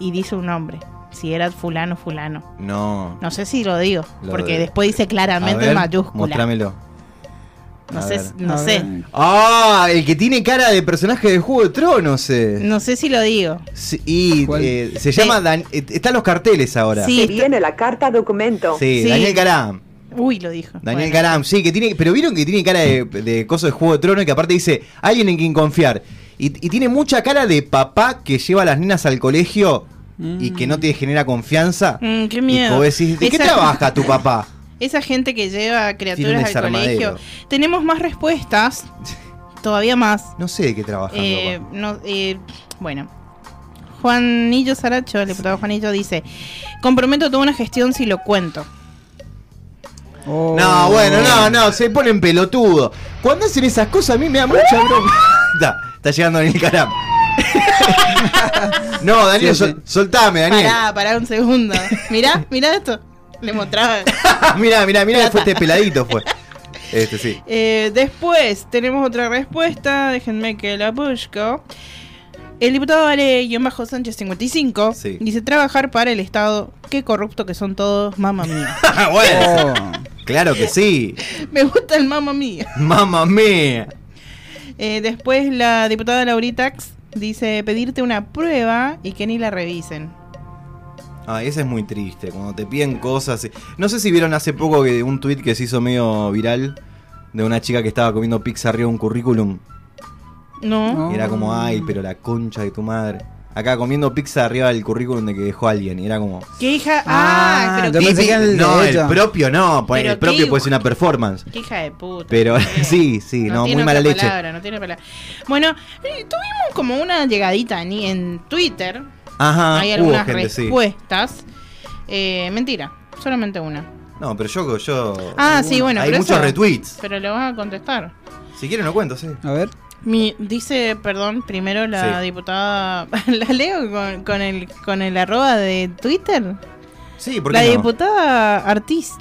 Speaker 5: y dice un nombre. Si era fulano, fulano.
Speaker 12: No.
Speaker 5: No sé si lo digo,
Speaker 12: Lo
Speaker 5: porque
Speaker 12: de-
Speaker 5: después dice
Speaker 12: A
Speaker 5: claramente
Speaker 12: ver,
Speaker 5: en mayúscula.
Speaker 12: Mostrámelo.
Speaker 5: no
Speaker 12: a
Speaker 5: sé,
Speaker 12: ver.
Speaker 5: no
Speaker 7: A
Speaker 5: sé.
Speaker 7: ver.
Speaker 12: Ah, el que tiene cara de personaje de Juego de Tronos. eh.
Speaker 5: No sé si lo digo.
Speaker 12: Sí, y
Speaker 7: ¿Cuál?
Speaker 12: eh, se llama Dan- eh, están los carteles ahora.
Speaker 5: Sí, está-
Speaker 4: la carta documento.
Speaker 12: Sí,
Speaker 5: Sí.
Speaker 12: Daniel Caram.
Speaker 5: uy, lo dijo.
Speaker 12: Daniel
Speaker 5: Bueno.
Speaker 12: Caram, sí, que tiene. Pero vieron que tiene cara de, de coso de Juego de Tronos que aparte dice, alguien en quien confiar. Y, y tiene mucha cara de papá que lleva a las nenas al colegio y que no te genera confianza.
Speaker 5: Mm, qué
Speaker 12: Y
Speaker 5: miedo.
Speaker 12: vos decís, ¿de qué
Speaker 5: Esa-
Speaker 12: trabaja tu papá?
Speaker 5: Esa gente que lleva criaturas al
Speaker 12: desarmadero.
Speaker 5: colegio. Tenemos más respuestas. Todavía más.
Speaker 12: No sé de qué trabaja. mi
Speaker 5: Eh,
Speaker 12: papá.
Speaker 5: no, eh, bueno. Juanillo Saracho, el diputado Juanillo, dice: Comprometo toda una gestión si lo cuento.
Speaker 7: Oh.
Speaker 12: No, bueno, no, no, se ponen pelotudo. Cuando hacen esas cosas a mí me da mucha broma. está, está llegando Daniel Caram. no, Daniel,
Speaker 7: Sí, sí.
Speaker 12: sol- soltame, Daniel.
Speaker 5: Pará, pará un segundo. Mirá, mirá esto. Le mostraba.
Speaker 12: mirá, mirá, mirá, fue este peladito fue. Este sí.
Speaker 5: Eh, después tenemos otra respuesta. Déjenme que la busco. El diputado Ale-Sánchez 55
Speaker 12: Sí.
Speaker 5: dice: Trabajar para el Estado. Qué corrupto que son todos, mamá mía.
Speaker 12: bueno,
Speaker 7: Oh.
Speaker 12: claro que sí.
Speaker 5: Me gusta el mamá mía.
Speaker 12: Mamma mía.
Speaker 5: Eh, después la diputada Lauritax dice pedirte una prueba y que ni la revisen.
Speaker 12: Ay, ese es muy triste, cuando te piden cosas. y- No sé si vieron hace poco que un tweet que se hizo medio viral de una chica que estaba comiendo pizza arriba de un currículum.
Speaker 5: No.
Speaker 12: Y era como,
Speaker 7: Ah.
Speaker 12: ay, pero la concha de tu madre. Acá comiendo pizza arriba del currículum de que dejó alguien. Y era como.
Speaker 5: ¿Qué hija? Ah, pero
Speaker 12: "Típico".
Speaker 5: qué,
Speaker 12: no,
Speaker 7: de
Speaker 12: el
Speaker 7: ella.
Speaker 12: propio no. pues,
Speaker 5: Pero
Speaker 12: El propio
Speaker 5: qué-
Speaker 12: puede ser una performance.
Speaker 5: qué hija de puta.
Speaker 12: Pero sí, sí, no,
Speaker 5: tiene
Speaker 12: muy
Speaker 5: otra
Speaker 12: mala leche.
Speaker 5: palabra, no tiene palabra. Bueno, eh, tuvimos como una llegadita ni en Twitter.
Speaker 12: Ajá,
Speaker 5: Hay
Speaker 12: Ah, hubo
Speaker 5: algunas
Speaker 12: gente, sí.
Speaker 5: respuestas. Eh, mentira, solamente una.
Speaker 12: No, pero yo. yo
Speaker 5: Ah, sí, bueno.
Speaker 12: Hay
Speaker 5: pero
Speaker 12: muchos
Speaker 5: eso-
Speaker 12: retweets.
Speaker 5: Pero lo vas a contestar.
Speaker 12: Si quieren, lo cuento, sí.
Speaker 7: A ver.
Speaker 5: Mi- dice, perdón, primero la
Speaker 12: Sí.
Speaker 5: diputada. ¿La leo con, con el, con el arroba de Twitter?
Speaker 12: Sí, ¿por
Speaker 5: La
Speaker 12: qué no?
Speaker 5: diputada Artis,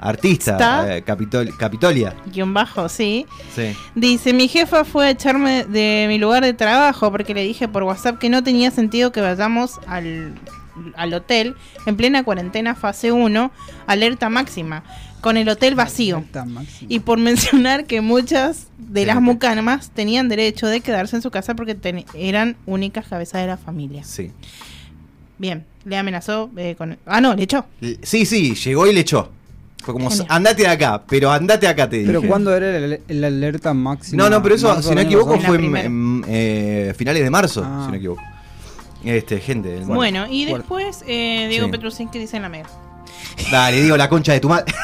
Speaker 12: Artista,
Speaker 5: Está-
Speaker 12: eh, Capitol- Capitolia.
Speaker 5: guión bajo, sí.
Speaker 12: Sí.
Speaker 5: Dice, mi jefa fue a echarme de mi lugar de trabajo porque le dije por WhatsApp que no tenía sentido que vayamos al, al hotel en plena cuarentena fase 1, alerta máxima, con el hotel vacío.
Speaker 7: Está máximo.
Speaker 5: Y por mencionar que muchas de las
Speaker 12: Gente.
Speaker 5: mucamas tenían derecho de quedarse en su casa porque ten- eran únicas cabezas de la familia.
Speaker 12: Sí.
Speaker 5: Bien, le amenazó eh, con... Ah, no, le echó.
Speaker 12: L- Sí, sí, llegó y le echó. Fue como,
Speaker 5: Genial.
Speaker 12: andate de acá, pero andate de acá, te dije.
Speaker 7: Pero ¿cuándo era el, el alerta máxima?
Speaker 12: No, no, pero eso,
Speaker 7: ¿Marzo
Speaker 12: si no
Speaker 7: del año
Speaker 12: equivoco,
Speaker 7: pasado?
Speaker 12: fue
Speaker 5: En la
Speaker 12: en, en, eh, finales de marzo,
Speaker 7: Ah.
Speaker 12: si no equivoco. Este, gente. del-
Speaker 5: Bueno, y
Speaker 7: fuerte.
Speaker 5: después eh, Diego
Speaker 12: Sí.
Speaker 5: Petrusín que dice en la mega.
Speaker 12: Dale, digo la concha de tu madre.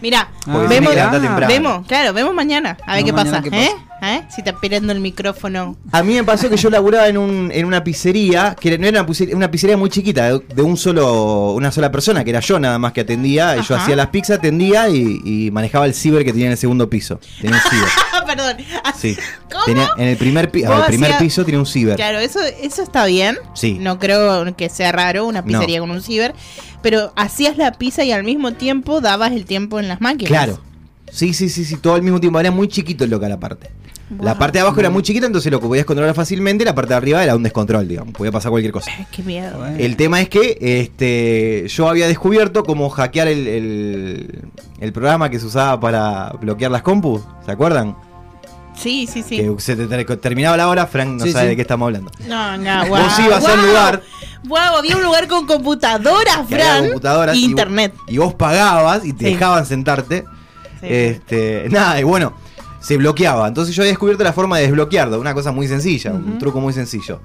Speaker 5: Mirá,
Speaker 7: Ah,
Speaker 5: vemos,
Speaker 7: mira, anda
Speaker 12: temprano.
Speaker 5: vemos, claro, vemos mañana. A ver
Speaker 7: Vemos
Speaker 5: qué,
Speaker 7: mañana
Speaker 5: pasa,
Speaker 7: qué
Speaker 5: ¿eh? ¿Eh? Si está esperando el micrófono.
Speaker 12: A mí me pasó que yo laburaba en, un, en una pizzería, que no era una pizzería, una pizzería muy chiquita, de, de un solo, una sola persona, que era yo nada más que atendía, y yo
Speaker 5: Ajá.
Speaker 12: hacía las pizzas, atendía y, y manejaba el ciber que tenía en el segundo piso. Tenía un ciber.
Speaker 5: Ah, perdón. Ah,
Speaker 12: Sí.
Speaker 5: ¿Cómo?
Speaker 12: Tenía- en el primer, pi-
Speaker 5: Vos
Speaker 12: al primer
Speaker 5: hacías-
Speaker 12: piso tenía un ciber.
Speaker 5: Claro, eso, eso está bien.
Speaker 12: Sí.
Speaker 5: No creo que sea raro una
Speaker 12: No.
Speaker 5: pizzería con un ciber. Pero hacías la pizza y al mismo tiempo dabas el tiempo en las máquinas.
Speaker 12: Claro. Sí, sí, sí, sí, todo al mismo tiempo. Era muy chiquito el local aparte. La
Speaker 5: Wow.
Speaker 12: parte de abajo era muy chiquita, entonces lo que podías controlar fácilmente, la parte de arriba era un descontrol, digamos. Podía pasar cualquier cosa.
Speaker 5: Ay, Qué miedo.
Speaker 7: Bueno.
Speaker 12: El tema es que este, yo había descubierto cómo hackear el, el- el programa que se usaba para bloquear las compus. ¿Se acuerdan?
Speaker 5: Sí, sí, sí.
Speaker 12: Que se te- te- terminaba la hora, Frank no
Speaker 7: Sí,
Speaker 12: sabe
Speaker 7: sí.
Speaker 12: de qué estamos hablando.
Speaker 5: No, no, wow.
Speaker 12: Vos ibas a un lugar.
Speaker 5: Wow, había un lugar con computadora,
Speaker 12: que había
Speaker 5: Fran.
Speaker 12: computadoras
Speaker 5: y
Speaker 12: y-
Speaker 5: internet.
Speaker 12: Y vos pagabas y te
Speaker 5: Sí.
Speaker 12: dejaban sentarte.
Speaker 5: Sí.
Speaker 12: Este, nada, y bueno, se bloqueaba. Entonces yo había descubierto la forma de desbloquearlo, una cosa muy sencilla, un truco muy sencillo.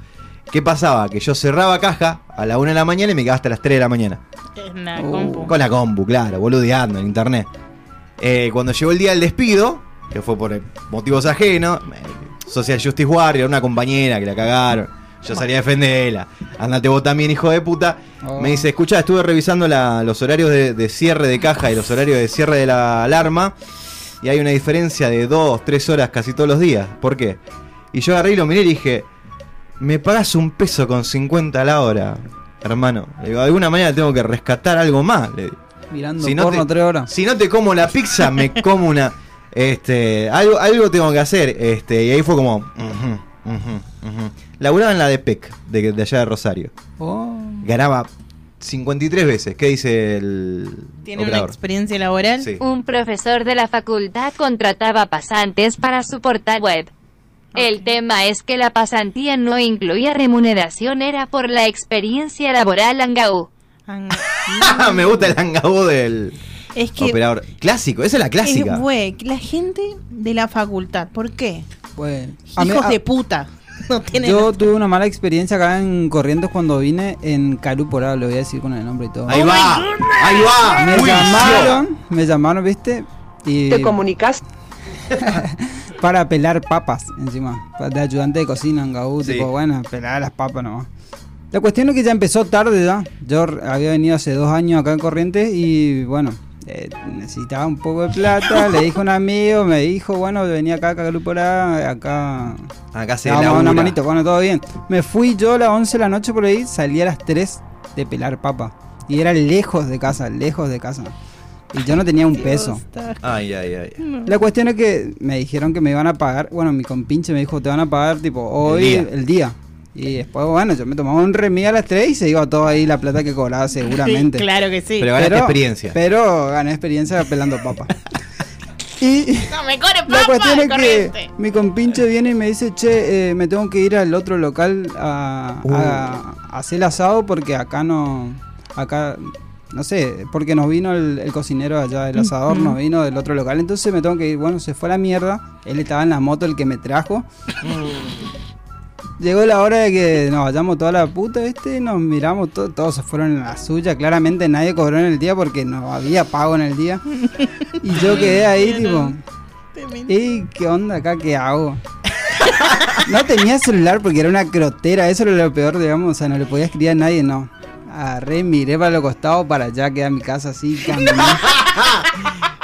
Speaker 12: ¿Qué pasaba? Que yo cerraba caja a la 1 de la mañana y me quedaba hasta las 3 de la mañana.
Speaker 5: En la
Speaker 12: uh,
Speaker 7: Oh.
Speaker 5: compu.
Speaker 12: Con la compu, claro, boludeando en internet. Eh, cuando llegó el día del despido, que fue por eh, motivos ajenos, eh, Social Justice Warrior, una compañera que la cagaron. Yo salí a defenderla. Andate vos también, hijo de puta.
Speaker 7: Oh.
Speaker 12: Me dice, escucha, estuve revisando la- los horarios de, de cierre de caja y los horarios de cierre de la alarma. Y hay una diferencia de dos, tres horas casi todos los días. ¿Por qué? Y yo agarré y lo miré y dije, me pagas un peso con 50 a la hora, hermano. Le digo, de alguna manera tengo que rescatar algo más. le digo.
Speaker 7: Mirando
Speaker 12: Si no
Speaker 7: porno
Speaker 12: te-
Speaker 7: tres horas.
Speaker 12: Si no te como la pizza, me como una. Este, algo, algo tengo que hacer. Este, y ahí fue como. ujú, ujú, ujú. Laburaba en la de PEC, de, de allá de Rosario.
Speaker 7: Oh.
Speaker 12: Ganaba 53 veces. ¿Qué dice el.
Speaker 5: Tiene una
Speaker 12: operador?
Speaker 5: experiencia laboral.
Speaker 12: Sí.
Speaker 1: Un profesor de la facultad contrataba pasantes para su portal web. El tema es que la pasantía no incluía remuneración, era por la experiencia laboral Angaú.
Speaker 5: Ah,
Speaker 12: me gusta el hangabo del
Speaker 5: Es que
Speaker 12: operador. Clásico, esa es la clásica.
Speaker 5: Es, güey, la gente de la facultad, ¿por qué?
Speaker 7: Bueno. A mí-
Speaker 5: Hijos
Speaker 7: a-
Speaker 5: de puta. No tienen.
Speaker 7: Yo tuve una mala experiencia acá en Corrientes cuando vine en Calú por ahora, lo voy a decir con el nombre y todo.
Speaker 12: Ahí va,
Speaker 5: Oh
Speaker 12: ahí va.
Speaker 7: Me
Speaker 12: juicio.
Speaker 7: llamaron, me llamaron, ¿viste? Y
Speaker 4: ¿Te comunicas?
Speaker 7: para pelar papas encima, de ayudante de cocina en Gaú,
Speaker 12: Sí.
Speaker 7: tipo, bueno, pelar las papas nomás. La cuestión es que ya empezó tarde ya. Yo r- había venido hace dos años acá en Corrientes y bueno, eh, necesitaba un poco de plata. le dije a un amigo, me dijo, bueno, venía acá, acá, Calú por ahora, acá
Speaker 12: Acá se
Speaker 7: te damos
Speaker 12: labura.
Speaker 7: una manito, bueno, todo bien. Me fui yo a las 11 de la noche por ahí, salí a las 3 de pelar papa. Y era lejos de casa, lejos de casa. Y yo no tenía un peso.
Speaker 12: Ay, ay, ay.
Speaker 7: La cuestión es que me dijeron que me iban a pagar. Bueno, mi compinche me dijo, te van a pagar tipo hoy,
Speaker 12: día.
Speaker 7: el día. Y después, bueno, yo me tomaba un remis a las 3 y se iba todo ahí la plata que cobraba seguramente.
Speaker 5: Sí, claro que sí.
Speaker 12: Pero ganaste experiencia.
Speaker 7: Pero gané experiencia pelando papa. y
Speaker 5: no me corre
Speaker 7: la
Speaker 5: papa,
Speaker 7: cuestión es que
Speaker 5: corriente.
Speaker 7: mi compinche viene y me dice, che, eh, me tengo que ir al otro local a, a- a hacer el asado porque acá no... acá, no sé, porque nos vino el, el cocinero allá del asador,
Speaker 5: Ujú.
Speaker 7: nos vino del otro local, entonces me tengo que ir, bueno, se fue a la mierda, él estaba en la moto el que me trajo. Llegó la hora de que nos vayamos toda la puta, ¿viste? Nos miramos, to- todos se fueron en la suya. Claramente nadie cobró en el día porque no había pago en el día. Y yo quedé ahí, tipo. ¿Y qué onda acá? ¿Qué hago? No tenía celular porque era una crotera, eso era lo peor, digamos. O sea, no le podía escribir a nadie, no. Agarré, miré para los costados, para allá, quedé a mi casa así, caminé.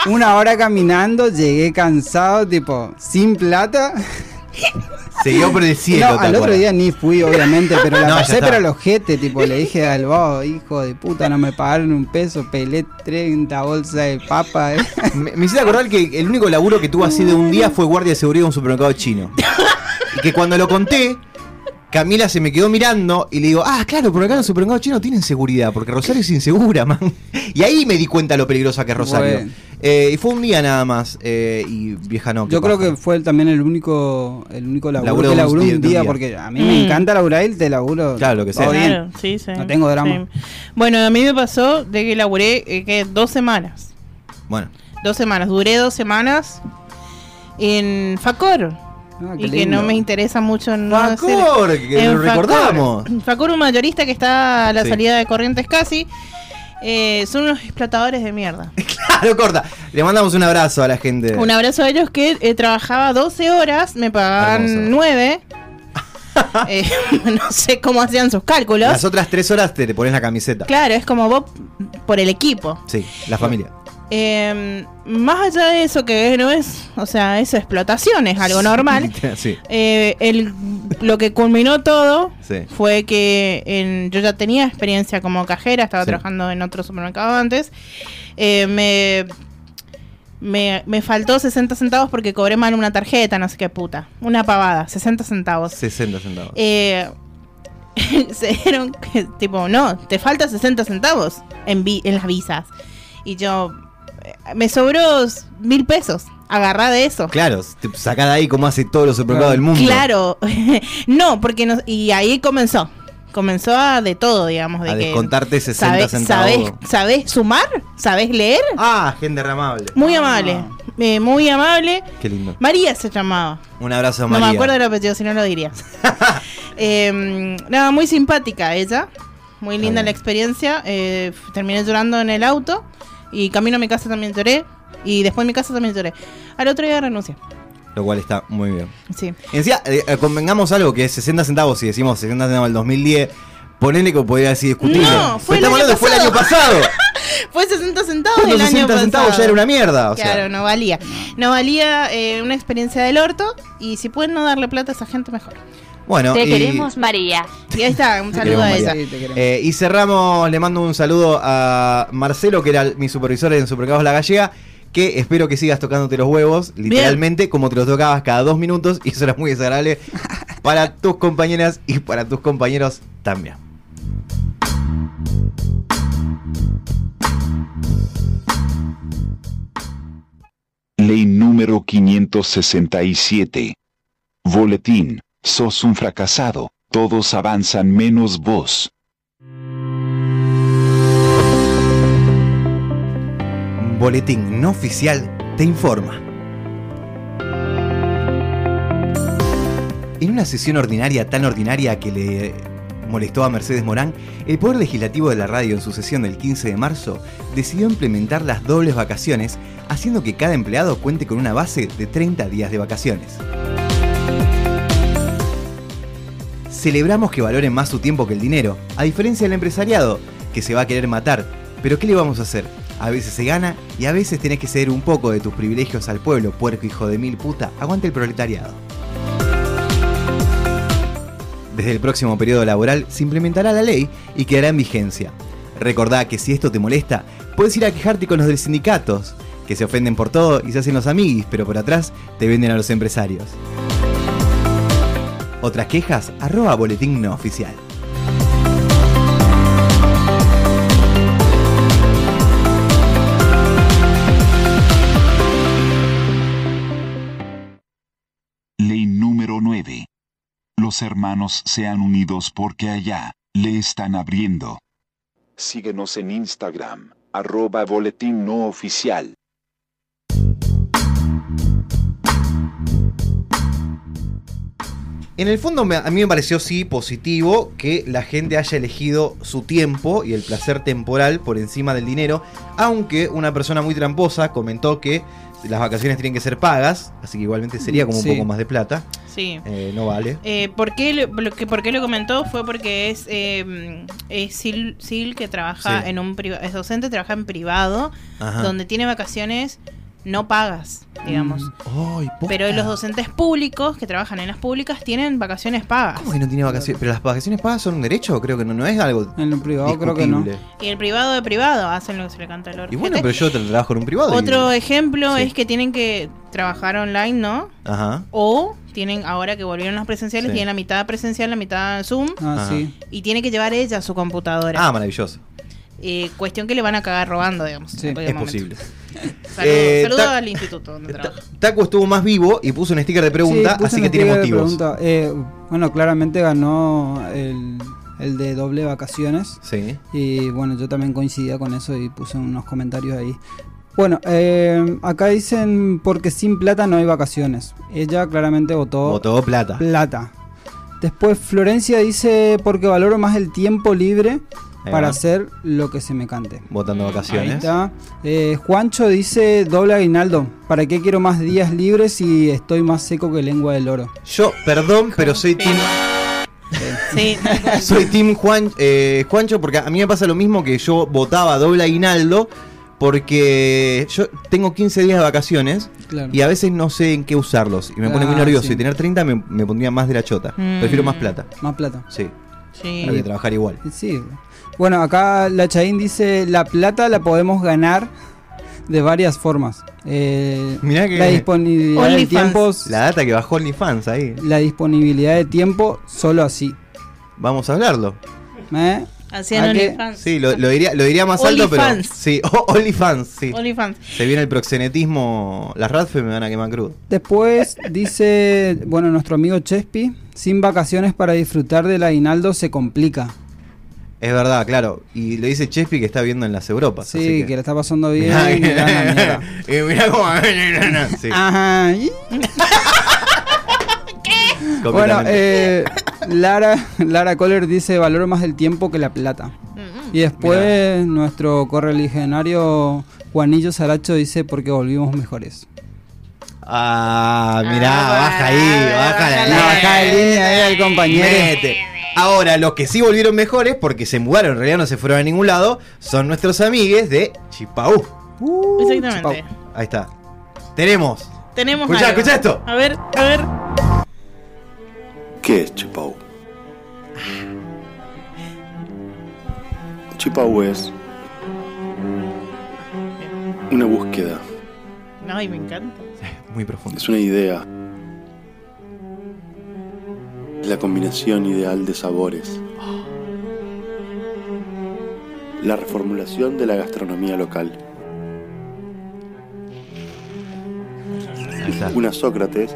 Speaker 7: Una hora caminando, llegué cansado, tipo, sin plata.
Speaker 12: Siguió por el cielo.
Speaker 7: No,
Speaker 12: tal
Speaker 7: al otro
Speaker 12: cual.
Speaker 7: día ni fui, obviamente, pero la
Speaker 12: No, ya
Speaker 7: pasé
Speaker 12: está.
Speaker 7: pero los jete, tipo, le dije al vos, hijo de puta, no me pagaron un peso, pelé 30 bolsas de papa. eh.
Speaker 12: Me, me hiciste acordar que el único laburo que tuve así de un día fue guardia de seguridad en un supermercado chino. Y que cuando lo conté, Camila se me quedó mirando y le digo, ah, claro, por acá en los supermercados chinos tienen seguridad, porque Rosario es insegura, man. Y ahí me di cuenta lo peligrosa que es Rosario.
Speaker 7: Bueno.
Speaker 12: Eh, y fue un día nada más, eh, y vieja no.
Speaker 7: Yo creo que fue el- también el único, el único laburo, que
Speaker 12: Laburo de un
Speaker 7: laburé
Speaker 12: día-
Speaker 7: un
Speaker 12: de un
Speaker 7: día,
Speaker 12: día.
Speaker 7: porque a mí me
Speaker 5: Mm.
Speaker 7: encanta laburar y te laburo.
Speaker 12: Claro, lo que sea.
Speaker 7: todo bien.
Speaker 5: Claro, sí, sí.
Speaker 7: No tengo drama.
Speaker 5: Sí. Bueno, a mí me pasó de que laburé eh, que dos semanas.
Speaker 12: Bueno.
Speaker 5: Dos semanas. Duré dos semanas en Facor.
Speaker 7: Ah, qué
Speaker 5: y que no
Speaker 7: lindo.
Speaker 5: me interesa mucho no
Speaker 12: Facor,
Speaker 5: hacer-
Speaker 12: que
Speaker 5: en
Speaker 12: lo recordamos.
Speaker 5: Facor, un mayorista que está a la
Speaker 12: Sí.
Speaker 5: salida de Corrientes casi. Eh, son unos explotadores de mierda.
Speaker 12: Claro, corta. Le mandamos un abrazo a la gente.
Speaker 5: Un abrazo a ellos que eh, trabajaba 12 horas, me
Speaker 12: Hermoso.
Speaker 5: pagaban 9. Eh, no sé cómo hacían sus cálculos.
Speaker 12: Las otras tres horas te, te pones la camiseta.
Speaker 5: Claro, es como vos por el equipo.
Speaker 12: Sí, la familia.
Speaker 5: Eh, más allá de eso, que no es, o sea, es explotación, es algo normal.
Speaker 12: Sí,
Speaker 5: eh, el, lo que culminó todo
Speaker 12: sí.
Speaker 5: fue que en- yo ya tenía experiencia como cajera, estaba
Speaker 12: Sí.
Speaker 5: trabajando en otro supermercado antes. Eh, me, me, me faltó 60 centavos porque cobré mal una tarjeta, no sé qué puta. Una pavada, 60 centavos.
Speaker 12: 60 centavos.
Speaker 5: Eh, se dieron que, tipo, no, te falta 60 centavos en, vi- en las visas. Y yo, eh, me sobró s- mil pesos. Agarrá de eso.
Speaker 12: Claro, te- sacá de ahí como hace todos los supermercados del mundo.
Speaker 5: Claro, no, porque nos, y ahí comenzó. Comenzó a de todo, digamos. De
Speaker 12: A
Speaker 5: que
Speaker 12: descontarte 60
Speaker 5: sabés-
Speaker 12: centavos.
Speaker 5: Sabés, sabés sumar? ¿Sabés leer?
Speaker 12: Ah, gente amable.
Speaker 5: Muy amable. eh, muy amable.
Speaker 12: Qué lindo.
Speaker 5: María se llamaba.
Speaker 12: Un abrazo a
Speaker 5: No
Speaker 12: María.
Speaker 5: me acuerdo el apellido, si no lo diría. Eh, nada, muy simpática ella. Muy linda la experiencia. eh, f- terminé llorando en el auto. Y camino a mi casa también lloré. Y después en mi casa también lloré. Al otro día renuncié.
Speaker 12: Lo cual está muy bien.
Speaker 5: Sí.
Speaker 12: Encima, eh, eh, convengamos algo que es 60 centavos, si decimos 60 centavos del 2010, ponele que podría decir discutible.
Speaker 5: No, fue
Speaker 12: Pero
Speaker 5: el
Speaker 12: estamos
Speaker 5: año
Speaker 12: hablando que fue el año pasado.
Speaker 5: Fue 60 centavos
Speaker 12: Cuando
Speaker 5: el año
Speaker 12: 60
Speaker 5: pasado.
Speaker 12: centavos ya era una mierda. O sea,
Speaker 5: Claro, no valía. No valía eh, una experiencia del orto. Y si pueden no darle plata a esa gente, mejor.
Speaker 12: bueno,
Speaker 1: Te
Speaker 12: y,
Speaker 1: queremos, María.
Speaker 5: Y ahí está, un
Speaker 12: Te
Speaker 5: saludo
Speaker 12: queremos,
Speaker 5: a
Speaker 12: María.
Speaker 5: ella.
Speaker 7: Sí, te queremos.
Speaker 12: eh, y cerramos, le mando un saludo a Marcelo, que era el- mi supervisor en Supermercados La Gallega. Que espero que sigas tocándote los huevos, literalmente, como te los tocabas cada dos minutos, y eso era muy desagradable para tus compañeras y para tus compañeros también.
Speaker 9: Ley número 567. Boletín. Sos un fracasado. Todos avanzan menos vos.
Speaker 12: Boletín no oficial te informa. En una sesión ordinaria tan ordinaria que le molestó a Mercedes Morán, el Poder Legislativo de la Radio en su sesión del 15 de marzo decidió implementar las dobles vacaciones, haciendo que cada empleado cuente con una base de 30 días de vacaciones. Celebramos que valoren más su tiempo que el dinero, a diferencia del empresariado, que se va a querer matar. Pero ¿qué le vamos a hacer? A veces se gana y a veces tenés que ceder un poco de tus privilegios al pueblo, puerco hijo de mil puta. Aguante el proletariado. Desde el próximo periodo laboral se implementará la ley y quedará en vigencia. Recordá que si esto te molesta, puedes ir a quejarte con los de sindicatos, que se ofenden por todo y se hacen los amiguis, pero por atrás te venden a los empresarios. Otras quejas, arroba boletín no oficial.
Speaker 9: Ley número 9. Los hermanos sean unidos porque allá le están abriendo. Síguenos en Instagram, arroba boletín no oficial.
Speaker 12: En el fondo me- a mí me pareció sí positivo que la gente haya elegido su tiempo y el placer temporal por encima del dinero, aunque una persona muy tramposa comentó que las vacaciones tienen que ser pagas, así que igualmente sería como
Speaker 5: Sí.
Speaker 12: un poco más de plata.
Speaker 5: Sí.
Speaker 12: Eh, no vale.
Speaker 5: Eh, ¿por, qué lo, lo que- por qué lo comentó? Fue porque es, eh, es Sil, Sil que trabaja
Speaker 12: Sí.
Speaker 5: en un priva- es docente, trabaja en privado,
Speaker 12: Ajá.
Speaker 5: donde tiene vacaciones, no pagas, digamos.
Speaker 12: Mm, Ay, posta.
Speaker 5: Pero los docentes públicos que trabajan en las públicas tienen vacaciones pagas.
Speaker 12: ¿Cómo que no tiene vacaciones? ¿Pero las vacaciones pagas son un derecho? Creo que no, no es algo.
Speaker 7: En un privado
Speaker 12: creo que no.
Speaker 5: Y el privado de privado hacen lo que se le canta al orgente.
Speaker 12: Y bueno, pero yo tra- trabajo en un privado. y-
Speaker 5: Otro ejemplo
Speaker 12: Sí.
Speaker 5: es que tienen que trabajar online, ¿no?
Speaker 12: Ajá.
Speaker 5: O tienen, ahora que volvieron las presenciales,
Speaker 12: Sí.
Speaker 5: tienen la mitad presencial, la mitad Zoom.
Speaker 12: Ah, Ajá. sí.
Speaker 5: Y tiene que llevar ella su computadora.
Speaker 12: Ah, maravilloso.
Speaker 5: Eh, cuestión que le van a cagar robando, digamos. en cualquier
Speaker 12: es
Speaker 5: momento.
Speaker 12: posible.
Speaker 5: Saludo,
Speaker 12: Eh,
Speaker 5: saludo
Speaker 12: ta-
Speaker 5: al instituto donde trabaja.
Speaker 12: Taco estuvo más vivo y puso un sticker de pregunta,
Speaker 7: Sí, puse
Speaker 12: así
Speaker 7: un
Speaker 12: que tiene
Speaker 7: sticker de
Speaker 12: motivos.
Speaker 7: pregunta. Eh, bueno, claramente ganó el, el de doble vacaciones.
Speaker 12: Sí.
Speaker 7: Y bueno, yo también coincidía con eso y puse unos comentarios ahí. Bueno, eh, acá dicen porque sin plata no hay vacaciones. Ella claramente votó
Speaker 12: Votó plata.
Speaker 7: plata. Después Florencia dice porque valoro más el tiempo libre
Speaker 12: Ahí
Speaker 7: para
Speaker 12: va.
Speaker 7: hacer lo que se me cante.
Speaker 12: Votando
Speaker 7: Mm, Ahí
Speaker 12: vacaciones.
Speaker 7: está. Eh, Juancho dice doble aguinaldo. ¿Para qué quiero más días libres si estoy más seco que lengua del oro?
Speaker 12: Yo, perdón, pero soy team.
Speaker 5: Sí.
Speaker 12: soy team Juan, eh, Juancho porque a mí me pasa lo mismo que yo votaba doble aguinaldo porque yo tengo 15 días de vacaciones
Speaker 7: Claro.
Speaker 12: y a veces no sé en qué usarlos y me pone muy
Speaker 7: Ah,
Speaker 12: nervioso
Speaker 7: sí.
Speaker 12: y tener 30 me, me pondría más de la chota.
Speaker 7: Mm.
Speaker 12: Prefiero más plata.
Speaker 7: Más plata.
Speaker 12: Sí.
Speaker 5: Sí.
Speaker 12: Para que trabajar igual.
Speaker 7: Sí. Bueno, acá la Chaín dice, la plata la podemos ganar de varias formas. Eh,
Speaker 12: Mirá que
Speaker 7: la disponibilidad de tiempos,
Speaker 12: La data que bajó OnlyFans ahí.
Speaker 7: la disponibilidad de tiempo solo así.
Speaker 12: Vamos a hablarlo.
Speaker 7: ¿eh?
Speaker 5: Hacían
Speaker 7: ¿A qué?
Speaker 5: OnlyFans.
Speaker 12: Sí, lo, lo diría, lo diría más alto, pero.
Speaker 5: OnlyFans.
Speaker 12: Sí, o- OnlyFans, sí.
Speaker 5: OnlyFans.
Speaker 12: Se viene el proxenetismo. Las Radfe me van a quemar crudo.
Speaker 7: Después dice, bueno, nuestro amigo Chespi, sin vacaciones para disfrutar del aguinaldo se complica.
Speaker 12: Es verdad, claro. Y lo dice Chespi que está viendo en las Europas.
Speaker 7: Sí,
Speaker 12: así
Speaker 7: que... la está pasando bien.
Speaker 12: Mirá
Speaker 7: y
Speaker 12: que-
Speaker 7: le dan la mierda. Ah,
Speaker 12: Eh, mirá cómo. Sí.
Speaker 7: Ajá. y- Bueno,
Speaker 12: Completamente.
Speaker 7: eh, Lara, Lara Coller dice, valoro más el tiempo que la plata. Y después nuestro correligionario Juanillo Saracho dice, porque volvimos mejores.
Speaker 12: Ah, mirá, baja ahí, baja la
Speaker 7: No, baja de línea,
Speaker 12: ahí
Speaker 7: el compañero.
Speaker 12: Ahora, los que sí volvieron mejores, porque se mudaron, en realidad no se fueron a ningún lado, son nuestros amigues de Chipaú.
Speaker 7: Uh,
Speaker 12: Uh,
Speaker 5: Exactamente.
Speaker 12: Ahí está. Tenemos.
Speaker 5: Tenemos
Speaker 12: Escuchá,
Speaker 5: algo.
Speaker 12: escuchá esto.
Speaker 5: A ver, a ver.
Speaker 14: ¿Qué es Chipau? Chipau es una búsqueda,
Speaker 5: No, y me encanta.
Speaker 12: Muy profundo.
Speaker 14: es una idea. Es la combinación ideal de sabores. La reformulación de la gastronomía local. Una Sócrates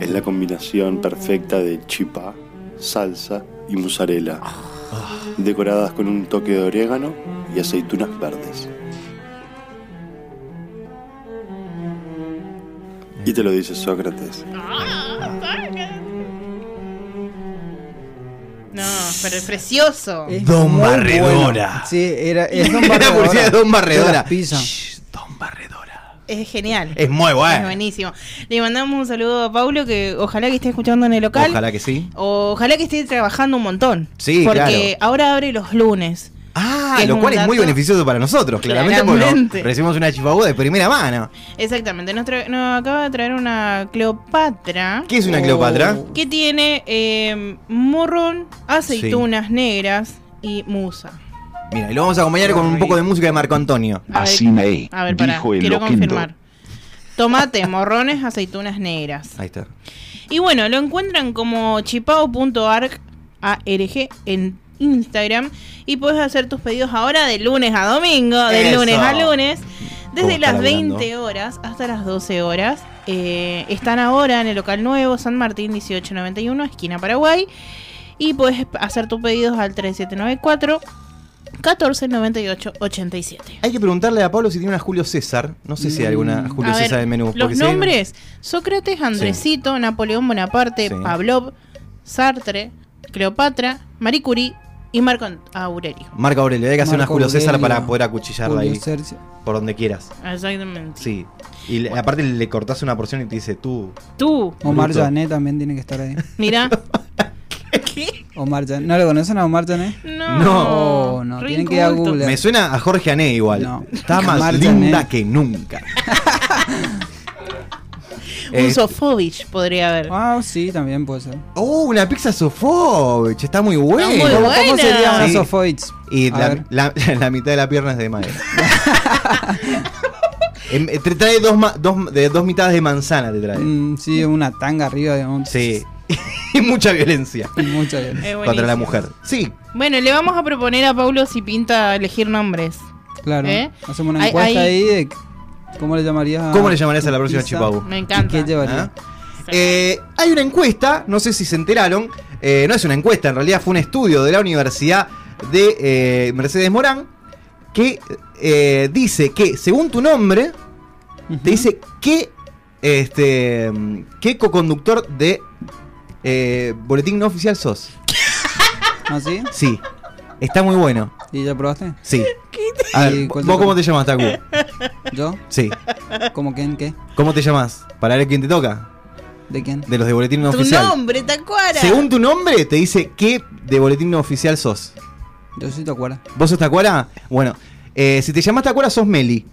Speaker 14: es la combinación perfecta de chipá, salsa y mozzarella, decoradas con un toque de orégano y aceitunas verdes. Y te lo dice Sócrates.
Speaker 5: No, pero es precioso.
Speaker 7: Don
Speaker 5: Muy
Speaker 7: Barredora.
Speaker 5: bueno.
Speaker 7: Sí, era, es Don
Speaker 12: Era
Speaker 7: Barredora.
Speaker 12: publicidad de Don Barredora.
Speaker 7: De las pizzas.
Speaker 5: Es genial.
Speaker 12: Es muy bueno.
Speaker 5: Es buenísimo. Le mandamos un saludo a Paulo que ojalá que esté escuchando en el local.
Speaker 12: Ojalá que sí.
Speaker 5: Ojalá que esté trabajando un montón.
Speaker 12: Sí,
Speaker 5: Porque ahora abre los lunes.
Speaker 12: Ah,
Speaker 5: Que es
Speaker 12: lo
Speaker 5: un
Speaker 12: cual es muy
Speaker 5: dato-
Speaker 12: beneficioso para nosotros, claramente, porque
Speaker 5: Claramente.
Speaker 12: nos- recibimos una Chipaú de primera mano.
Speaker 5: Exactamente. Nos, tra- nos acaba de traer una Cleopatra.
Speaker 12: ¿Qué es
Speaker 7: Oh.
Speaker 12: una Cleopatra?
Speaker 5: Que tiene eh, morrón, aceitunas negras y musa.
Speaker 12: Mira, y lo vamos a acompañar con un poco de música de Marco Antonio.
Speaker 5: A ver,
Speaker 12: Asinei,
Speaker 5: a ver, pará,
Speaker 12: dijo el
Speaker 5: quiero
Speaker 12: loquendo.
Speaker 5: confirmar. Tomate, morrones, aceitunas negras.
Speaker 12: Ahí está.
Speaker 5: Y bueno, lo encuentran como chipao.arg ARG, en Instagram y puedes hacer tus pedidos ahora de lunes a domingo, de
Speaker 15: Eso.
Speaker 5: lunes a lunes, desde
Speaker 15: está
Speaker 5: las
Speaker 15: laburando.
Speaker 5: 20 horas hasta las 12 horas. Eh, están ahora en el local nuevo San Martín 1891, esquina Paraguay. Y puedes hacer tus pedidos al 3794 1498-87.
Speaker 12: Hay que preguntarle a Pablo si tiene una Julio César. No sé si hay alguna Julio
Speaker 5: Mm, A ver,
Speaker 12: César de menú. porque
Speaker 5: Los
Speaker 12: si hay una-
Speaker 5: nombres: Sócrates, Andresito, Napoleón Bonaparte,
Speaker 12: Sí.
Speaker 5: Pavlov, Sartre, Cleopatra, Marie Curie y Marco Aurelio.
Speaker 12: Marco Aurelio, hay que hacer una
Speaker 5: Marco
Speaker 12: Julio César
Speaker 5: Aurelio.
Speaker 12: para poder acuchillarla
Speaker 5: Julio
Speaker 12: ahí. Por donde quieras.
Speaker 5: Exactamente.
Speaker 12: Sí. Y le- aparte le cortás una porción y te dice tú.
Speaker 5: Tú.
Speaker 7: Omar
Speaker 12: Bruto.
Speaker 7: Janet también tiene que estar ahí.
Speaker 5: Mira.
Speaker 7: Omar Janet. ¿No lo conocen a Omar Janet?
Speaker 5: No.
Speaker 7: Oh, no, tienen que ir a Google.
Speaker 12: Me suena a Jorge Ané igual. Está más
Speaker 7: Omar
Speaker 12: linda
Speaker 7: Janet.
Speaker 12: que nunca.
Speaker 5: Un
Speaker 12: Eh,
Speaker 5: Sofovich podría haber.
Speaker 7: Ah, sí, también puede ser.
Speaker 12: Oh, una pizza Sofovich. Está muy buena.
Speaker 5: muy ¿Cómo- cómo buena. sería una
Speaker 7: Sofovich?
Speaker 12: Y
Speaker 7: A
Speaker 12: la,
Speaker 7: ver.
Speaker 12: la- la mitad de la pierna es de madera. Em, eh, te trae dos, ma- dos, de dos mitades de manzana. Te trae.
Speaker 5: Mm.
Speaker 7: Mm, sí, una tanga arriba de un.
Speaker 12: Sí. y mucha violencia.
Speaker 7: Mucha violencia.
Speaker 5: Es
Speaker 12: Contra la
Speaker 5: buenísimo.
Speaker 12: mujer. Sí,
Speaker 5: Bueno, le vamos a proponer a Paulo si pinta elegir nombres.
Speaker 7: Claro.
Speaker 5: ¿Eh?
Speaker 7: Hacemos una
Speaker 5: Hay-
Speaker 7: encuesta
Speaker 5: hay-
Speaker 7: ahí de cómo le llamarías a.
Speaker 12: ¿Cómo le llamarías a la
Speaker 7: tu
Speaker 12: próxima
Speaker 7: pizza?
Speaker 12: Chipabu?
Speaker 5: Me encanta.
Speaker 7: ¿Y qué llevaría?
Speaker 12: ¿Ah? Eh, hay una encuesta, no sé si se enteraron, eh, no es una encuesta, en realidad fue un estudio de la Universidad de eh, Mercedes Morán, que eh, dice que según tu nombre, te dice qué, este, mm, qué coconductor de eh, Boletín No Oficial sos.
Speaker 7: ¿Ah, sí?
Speaker 12: Sí, está muy bueno.
Speaker 7: ¿Y ya probaste?
Speaker 12: Sí. A ver,
Speaker 7: ¿Y
Speaker 12: ¿Vos
Speaker 7: cuál
Speaker 12: cómo
Speaker 7: toca?
Speaker 12: te llamas, Taku?
Speaker 7: ¿Yo?
Speaker 12: Sí.
Speaker 7: ¿Cómo quién qué?
Speaker 12: ¿Cómo te llamas? Para ver quién te toca.
Speaker 7: ¿De quién?
Speaker 12: De los de Boletín No
Speaker 5: Tu
Speaker 12: Oficial.
Speaker 5: nombre, Tacuara.
Speaker 12: Según tu nombre, te dice qué de boletín no oficial sos.
Speaker 7: Yo soy Tacuara.
Speaker 12: ¿Vos sos Tacuara? Bueno, eh, si te llamás Tacuara, sos Meli.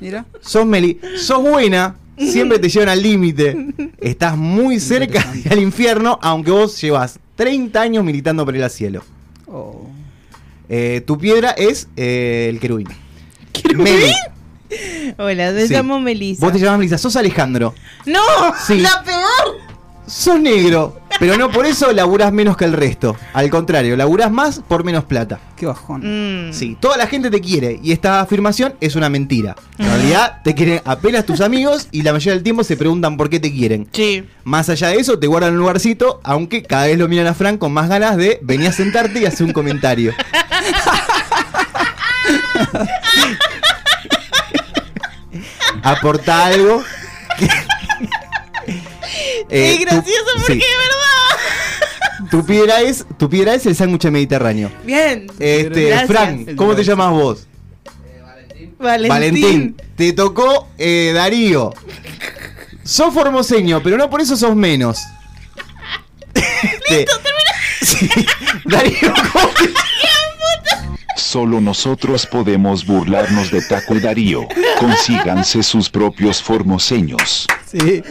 Speaker 7: Mira.
Speaker 12: Sos Meli. Sos buena, siempre te llevan al límite. Estás muy cerca al infierno, aunque vos llevas 30 años militando por el cielo.
Speaker 7: Oh.
Speaker 12: Eh, tu piedra es eh, el querubín. Meli.
Speaker 5: Hola, me
Speaker 12: Sí.
Speaker 5: llamo Melissa.
Speaker 12: Vos te llamás Melissa, sos Alejandro.
Speaker 5: ¡No!
Speaker 12: Sí.
Speaker 5: ¡La peor!
Speaker 12: Sos negro, pero no por eso laburás menos que el resto. Al contrario, laburás más por menos plata.
Speaker 7: Qué bajón.
Speaker 5: Mm.
Speaker 12: Sí, toda la gente te quiere y esta afirmación es una mentira. En realidad te quieren apenas tus amigos y la mayoría del tiempo se preguntan por qué te quieren.
Speaker 5: Sí.
Speaker 12: Más allá de eso, te guardan un lugarcito, aunque cada vez lo miran a Frank con más ganas de venir a sentarte y hacer un comentario. Aporta algo. Eh,
Speaker 5: es
Speaker 12: tu-
Speaker 5: gracioso porque
Speaker 12: sí.
Speaker 5: es verdad.
Speaker 12: Tu piedra es, tu piedra es el sándwich mediterráneo.
Speaker 5: Bien.
Speaker 12: Este,
Speaker 5: Gracias.
Speaker 12: Frank, ¿cómo te llamas vos?
Speaker 5: Valentín.
Speaker 12: Valentín, te tocó eh, Darío. Sos formoseño, pero no por eso sos menos. Listo, Darío, ¿cómo te-
Speaker 9: Solo nosotros podemos burlarnos de Taco y Darío. Consíganse sus propios formoseños.
Speaker 7: Sí.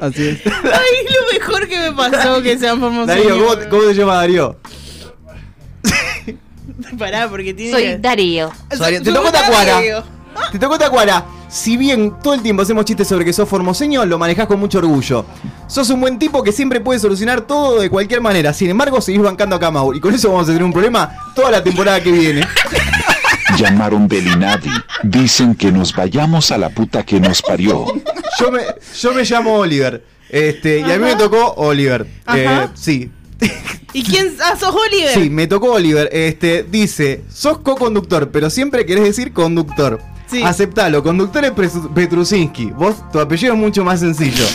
Speaker 7: Así es.
Speaker 5: Ay, lo mejor que me pasó que sean famosos.
Speaker 12: Darío, ¿cómo, te- cómo te llamas Darío?
Speaker 5: Pará, porque tiene.
Speaker 1: Soy Darío.
Speaker 12: Sos Darío. Te tocó Tacuara.
Speaker 5: Ah.
Speaker 12: Te tocó Tacuara. Si bien todo el tiempo hacemos chistes sobre que sos formoseño, lo manejás con mucho orgullo. Sos un buen tipo que siempre puede solucionar todo de cualquier manera. Sin embargo, seguís bancando acá a Mauro. Y con eso vamos a tener un problema toda la temporada que viene.
Speaker 9: Llamaron del Inadi. Dicen que nos vayamos a la puta que nos parió.
Speaker 12: yo me, yo me llamo Oliver. Este, y a mí me tocó Oliver.
Speaker 5: Ajá.
Speaker 12: Eh, sí.
Speaker 5: ¿Y quién? Ah, sos Oliver.
Speaker 12: Sí, me tocó Oliver. Este, dice, sos co-conductor, pero siempre querés decir conductor.
Speaker 5: Sí.
Speaker 12: Aceptalo, conductor es Presu- Petrusinski. Vos, tu apellido es mucho más sencillo.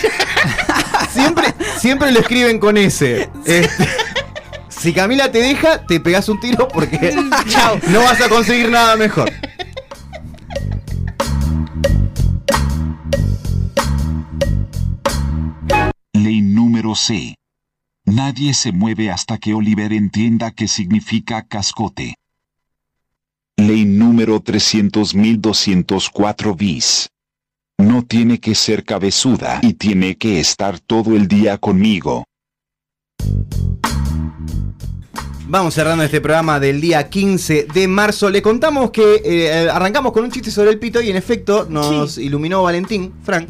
Speaker 12: siempre, siempre lo escriben con S. Este, si Camila te deja, te pegas un tiro porque no vas a conseguir nada mejor.
Speaker 9: Ley número C. Nadie se mueve hasta que Oliver entienda qué significa cascote. Ley número 300.204 bis. No tiene que ser cabezuda y tiene que estar todo el día conmigo.
Speaker 12: Vamos cerrando este programa del día 15 de marzo. Le contamos que eh, arrancamos con un chiste sobre el pito y en efecto nos iluminó Valentín, Frank,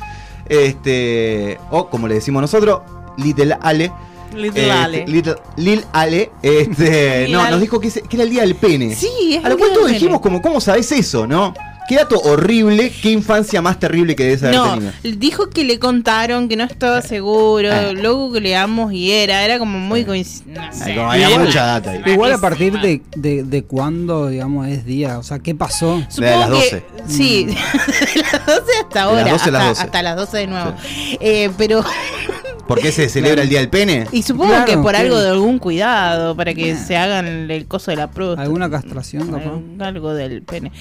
Speaker 12: este, o como le decimos nosotros, Little Ale.
Speaker 5: Little
Speaker 12: Este,
Speaker 5: Ale.
Speaker 12: Little- Lil Ale, este,
Speaker 5: Lil
Speaker 12: no,
Speaker 5: Ale.
Speaker 12: nos dijo que, es- que era el día del pene.
Speaker 5: Sí, es
Speaker 12: A
Speaker 5: el
Speaker 12: lo cual
Speaker 5: día
Speaker 12: todos
Speaker 5: del
Speaker 12: dijimos
Speaker 5: pene.
Speaker 12: como, ¿cómo sabés eso, no? Qué dato horrible, qué infancia más terrible que debes haber
Speaker 5: No,
Speaker 12: tenido.
Speaker 5: dijo que le contaron, que no estaba seguro,
Speaker 12: Ah.
Speaker 5: luego googleamos y era, era como muy coinc- no sé.
Speaker 12: Eh. como había
Speaker 7: Igual-
Speaker 12: mucha data ahí.
Speaker 7: Igual a partir de, de, de cuándo, digamos, es día. O sea, ¿qué pasó?
Speaker 5: Supongo que-
Speaker 7: Mm.
Speaker 5: Sí, de las 12 hasta ahora,
Speaker 12: 12 a las
Speaker 5: hasta,
Speaker 12: 12.
Speaker 5: hasta las 12 de nuevo. Eh, pero,
Speaker 12: ¿Por qué se celebra el Día del Pene?
Speaker 5: y supongo
Speaker 7: Claro,
Speaker 5: que por
Speaker 7: sí.
Speaker 5: algo de algún cuidado, para que se hagan el coso de la prueba.
Speaker 7: ¿Alguna castración, capaz?
Speaker 5: Algo del pene.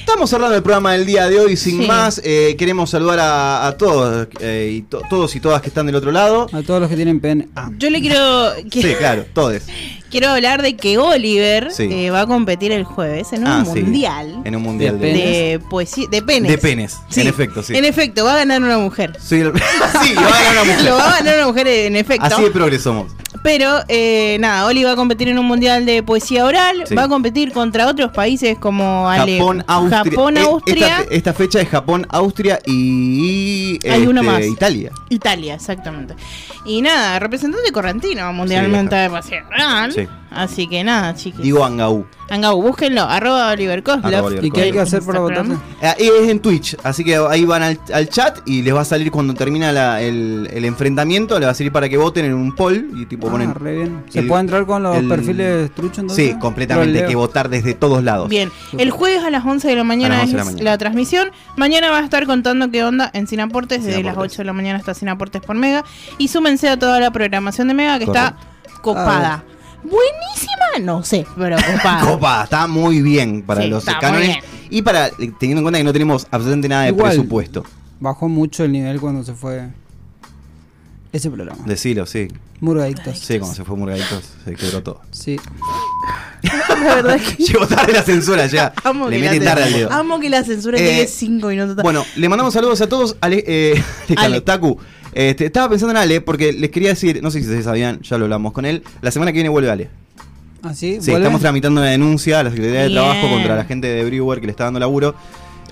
Speaker 12: Estamos cerrando el programa del día de hoy, sin
Speaker 5: Sí.
Speaker 12: más. eh, queremos saludar a, a todos eh, y to- todos y todas que están del otro lado.
Speaker 7: A todos los que tienen pene.
Speaker 12: Ah,
Speaker 5: Yo le quiero,
Speaker 12: Sí, claro, todos.
Speaker 5: quiero hablar de que Oliver
Speaker 12: Sí.
Speaker 5: eh, va a competir el jueves en un
Speaker 12: Ah, sí.
Speaker 5: mundial
Speaker 12: En un mundial
Speaker 5: de, poesía, de penes.
Speaker 12: De penes,
Speaker 5: Sí.
Speaker 12: en efecto, sí.
Speaker 5: En efecto, va a ganar una mujer.
Speaker 12: Sí, el- sí, lo va a ganar una mujer.
Speaker 5: Lo va a ganar una mujer en efecto.
Speaker 12: Así de progresamos.
Speaker 5: Pero eh, nada, Oli va a competir en un mundial de poesía oral,
Speaker 12: Sí.
Speaker 5: va a competir contra otros países como Ale-
Speaker 12: Japón, Austria.
Speaker 5: Japón,
Speaker 12: Eh,
Speaker 5: Austria,
Speaker 12: Esta, esta fecha es Japón, Austria y. este,
Speaker 5: Hay uno más.
Speaker 12: Italia.
Speaker 5: Italia, exactamente. Y nada, representante correntino mundialmente
Speaker 12: Sí,
Speaker 5: de poesía oral.
Speaker 12: Sí.
Speaker 5: Así que nada, chiquis.
Speaker 12: Digo Angaú.
Speaker 5: Angau, búsquenlo, arroba Oliver
Speaker 12: Arroba
Speaker 5: Koslov.
Speaker 12: Oliver ¿Y qué hay que
Speaker 7: hacer para
Speaker 5: Instagram.
Speaker 12: Ah, y es en Twitch, así que ahí van al, al chat y les va a salir cuando termina la- el, el enfrentamiento, les va a salir para que voten en un poll y tipo
Speaker 7: Ah,
Speaker 12: ponen.
Speaker 7: re bien. ¿Se
Speaker 12: el-
Speaker 7: puede entrar con los
Speaker 12: el-
Speaker 7: perfiles trucho entonces?
Speaker 12: Sí, completamente,
Speaker 7: Los
Speaker 12: hay que
Speaker 7: leo.
Speaker 12: votar desde todos lados.
Speaker 5: Bien, el jueves a las 11 de la
Speaker 12: A
Speaker 5: mañana
Speaker 12: las
Speaker 5: es
Speaker 12: 11 de
Speaker 5: la,
Speaker 12: la mañana.
Speaker 5: transmisión. Mañana va a estar contando qué onda en Sin Aportes, desde
Speaker 12: Sin
Speaker 5: las
Speaker 12: Aportes.
Speaker 5: 8 de la mañana hasta Sin Aportes por Mega. Y súmense a toda la programación de Mega que está copada. Buenísima, no sé, pero copada.
Speaker 12: Copa, está muy bien para
Speaker 5: Sí,
Speaker 12: los
Speaker 5: está muy
Speaker 12: canones.
Speaker 5: bien.
Speaker 12: Y para, eh, teniendo en cuenta que no tenemos absolutamente nada de
Speaker 7: Igual.
Speaker 12: presupuesto.
Speaker 7: Bajó mucho el nivel cuando se fue ese programa.
Speaker 12: Decilo, sí.
Speaker 7: Murgadictos.
Speaker 12: Sí, cuando se fue Murgaditos, se quebró todo.
Speaker 7: Sí.
Speaker 5: La verdad es que
Speaker 12: Llegó tarde la censura ya.
Speaker 5: amo,
Speaker 12: Le
Speaker 5: que la
Speaker 12: meten tarde al dedo.
Speaker 5: censura, amo que la censura
Speaker 12: Eh,
Speaker 5: llegue 5 minutos tarde.
Speaker 12: Bueno, le mandamos saludos a todos. Ale, eh, Alejandro, Taku. Este, estaba pensando en Ale porque les quería decir, no sé si ustedes sabían, ya lo hablamos con él. La semana que viene vuelve Ale.
Speaker 7: ¿Ah, sí?
Speaker 12: Sí,
Speaker 7: ¿Vuelve?
Speaker 12: estamos tramitando una denuncia a la Secretaría de
Speaker 5: Bien.
Speaker 12: Trabajo contra la gente de Brewer que le está dando laburo.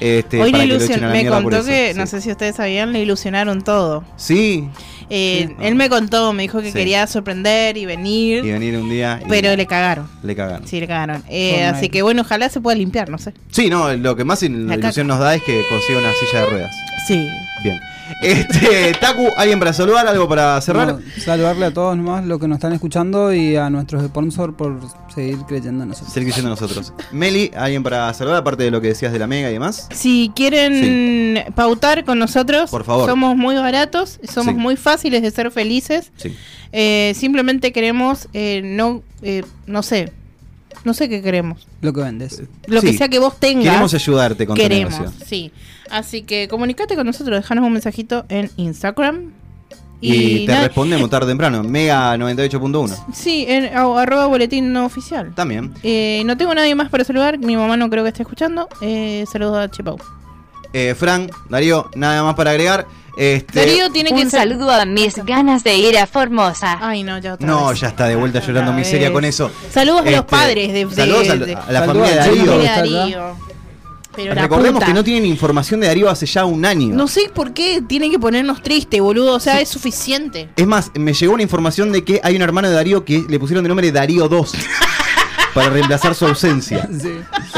Speaker 12: Este,
Speaker 5: Hoy
Speaker 12: para
Speaker 5: le
Speaker 12: que lo
Speaker 5: ilusion-
Speaker 12: echen a la
Speaker 5: me
Speaker 12: mierda por
Speaker 5: contó
Speaker 12: eso.
Speaker 5: que, no sé si ustedes sabían, le ilusionaron todo.
Speaker 12: Sí,
Speaker 5: Eh, Él me contó, me dijo que
Speaker 12: Sí.
Speaker 5: quería sorprender y venir,
Speaker 12: y venir un día y
Speaker 5: pero le cagaron.
Speaker 12: le cagaron.
Speaker 5: Sí, le cagaron. Eh,
Speaker 12: Fortnite.
Speaker 5: así que bueno, ojalá se pueda limpiar, no sé.
Speaker 12: Sí, no, lo que más il-
Speaker 5: La
Speaker 12: ilusión nos da es que consiga una silla de ruedas.
Speaker 5: Sí.
Speaker 12: Bien. Este, Taku, ¿alguien para saludar? ¿Algo para cerrar?
Speaker 7: No, saludarle a todos nomás los que nos están escuchando y a nuestros sponsors por seguir creyendo en nosotros.
Speaker 12: Seguir creyendo en nosotros. Meli, ¿alguien para saludar? Aparte de lo que decías de la mega y demás.
Speaker 5: Si quieren pautar con nosotros,
Speaker 12: Por favor.
Speaker 5: somos muy baratos, somos
Speaker 12: Sí.
Speaker 5: muy fáciles de ser felices.
Speaker 12: Sí.
Speaker 5: Eh, simplemente queremos, eh, no, eh, no sé, no sé qué queremos.
Speaker 7: Lo que vendes.
Speaker 5: Lo
Speaker 12: Sí.
Speaker 5: que sea que vos tengas.
Speaker 12: Queremos ayudarte con tu
Speaker 5: queremos,
Speaker 12: negocio.
Speaker 5: sí. Así que comunicate con nosotros, dejanos un mensajito en Instagram.
Speaker 12: Y, te
Speaker 5: nada-
Speaker 12: respondemos tarde o temprano. Mega 98.1.
Speaker 5: Sí, en a- arroba boletín no oficial.
Speaker 12: También.
Speaker 5: Eh, no tengo nadie más para saludar, mi mamá no creo que esté escuchando. Eh, saludos a Chepau.
Speaker 12: Eh, Fran, Darío, nada más para agregar. Este,
Speaker 5: tiene
Speaker 1: Un saludo a mis ganas de ir a Formosa.
Speaker 5: Ay, no, ya otra
Speaker 12: No,
Speaker 5: vez.
Speaker 12: ya está de vuelta llorando
Speaker 5: vez.
Speaker 12: miseria con eso.
Speaker 5: Saludos a los
Speaker 12: Este,
Speaker 5: padres de, de-
Speaker 12: saludos a,
Speaker 5: de-
Speaker 12: a la familia de
Speaker 5: a la
Speaker 12: Darío.
Speaker 5: familia de Darío. Pero la
Speaker 12: Recordemos
Speaker 5: puta.
Speaker 12: que no tienen información de Darío hace ya un año.
Speaker 5: No sé por qué tiene que ponernos triste, boludo. O sea, es suficiente.
Speaker 12: Es más, me llegó una información de que hay un hermano de Darío que le pusieron de nombre Darío 2 para reemplazar su ausencia.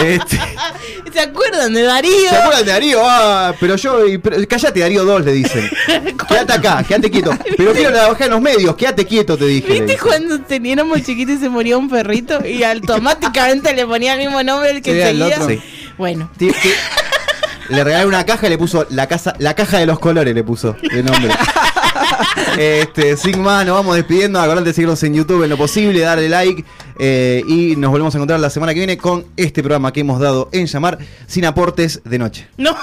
Speaker 12: Este,
Speaker 5: ¿Se acuerdan de Darío?
Speaker 12: ¿Se acuerdan de Darío? Ah, pero yo. y- pero- cállate, Darío 2, le dicen. Quédate acá, quédate quieto. Pero quiero trabajar en los medios, quédate quieto, te dije. le
Speaker 5: ¿Viste
Speaker 12: dicen.
Speaker 5: cuando teníamos chiquitos y se moría un perrito y automáticamente le ponía el mismo nombre al que
Speaker 12: Sí, al
Speaker 5: seguía?
Speaker 12: otro. Sí.
Speaker 5: Bueno,
Speaker 12: Ti- ti- Le regalaron una caja y le puso la casa, la caja de los colores le puso de nombre. Este, sin más, nos vamos despidiendo. Acordate de seguirnos en YouTube en lo posible, darle like. eh, y nos volvemos a encontrar la semana que viene con este programa que hemos dado en llamar Sin Aportes de Noche.
Speaker 5: no.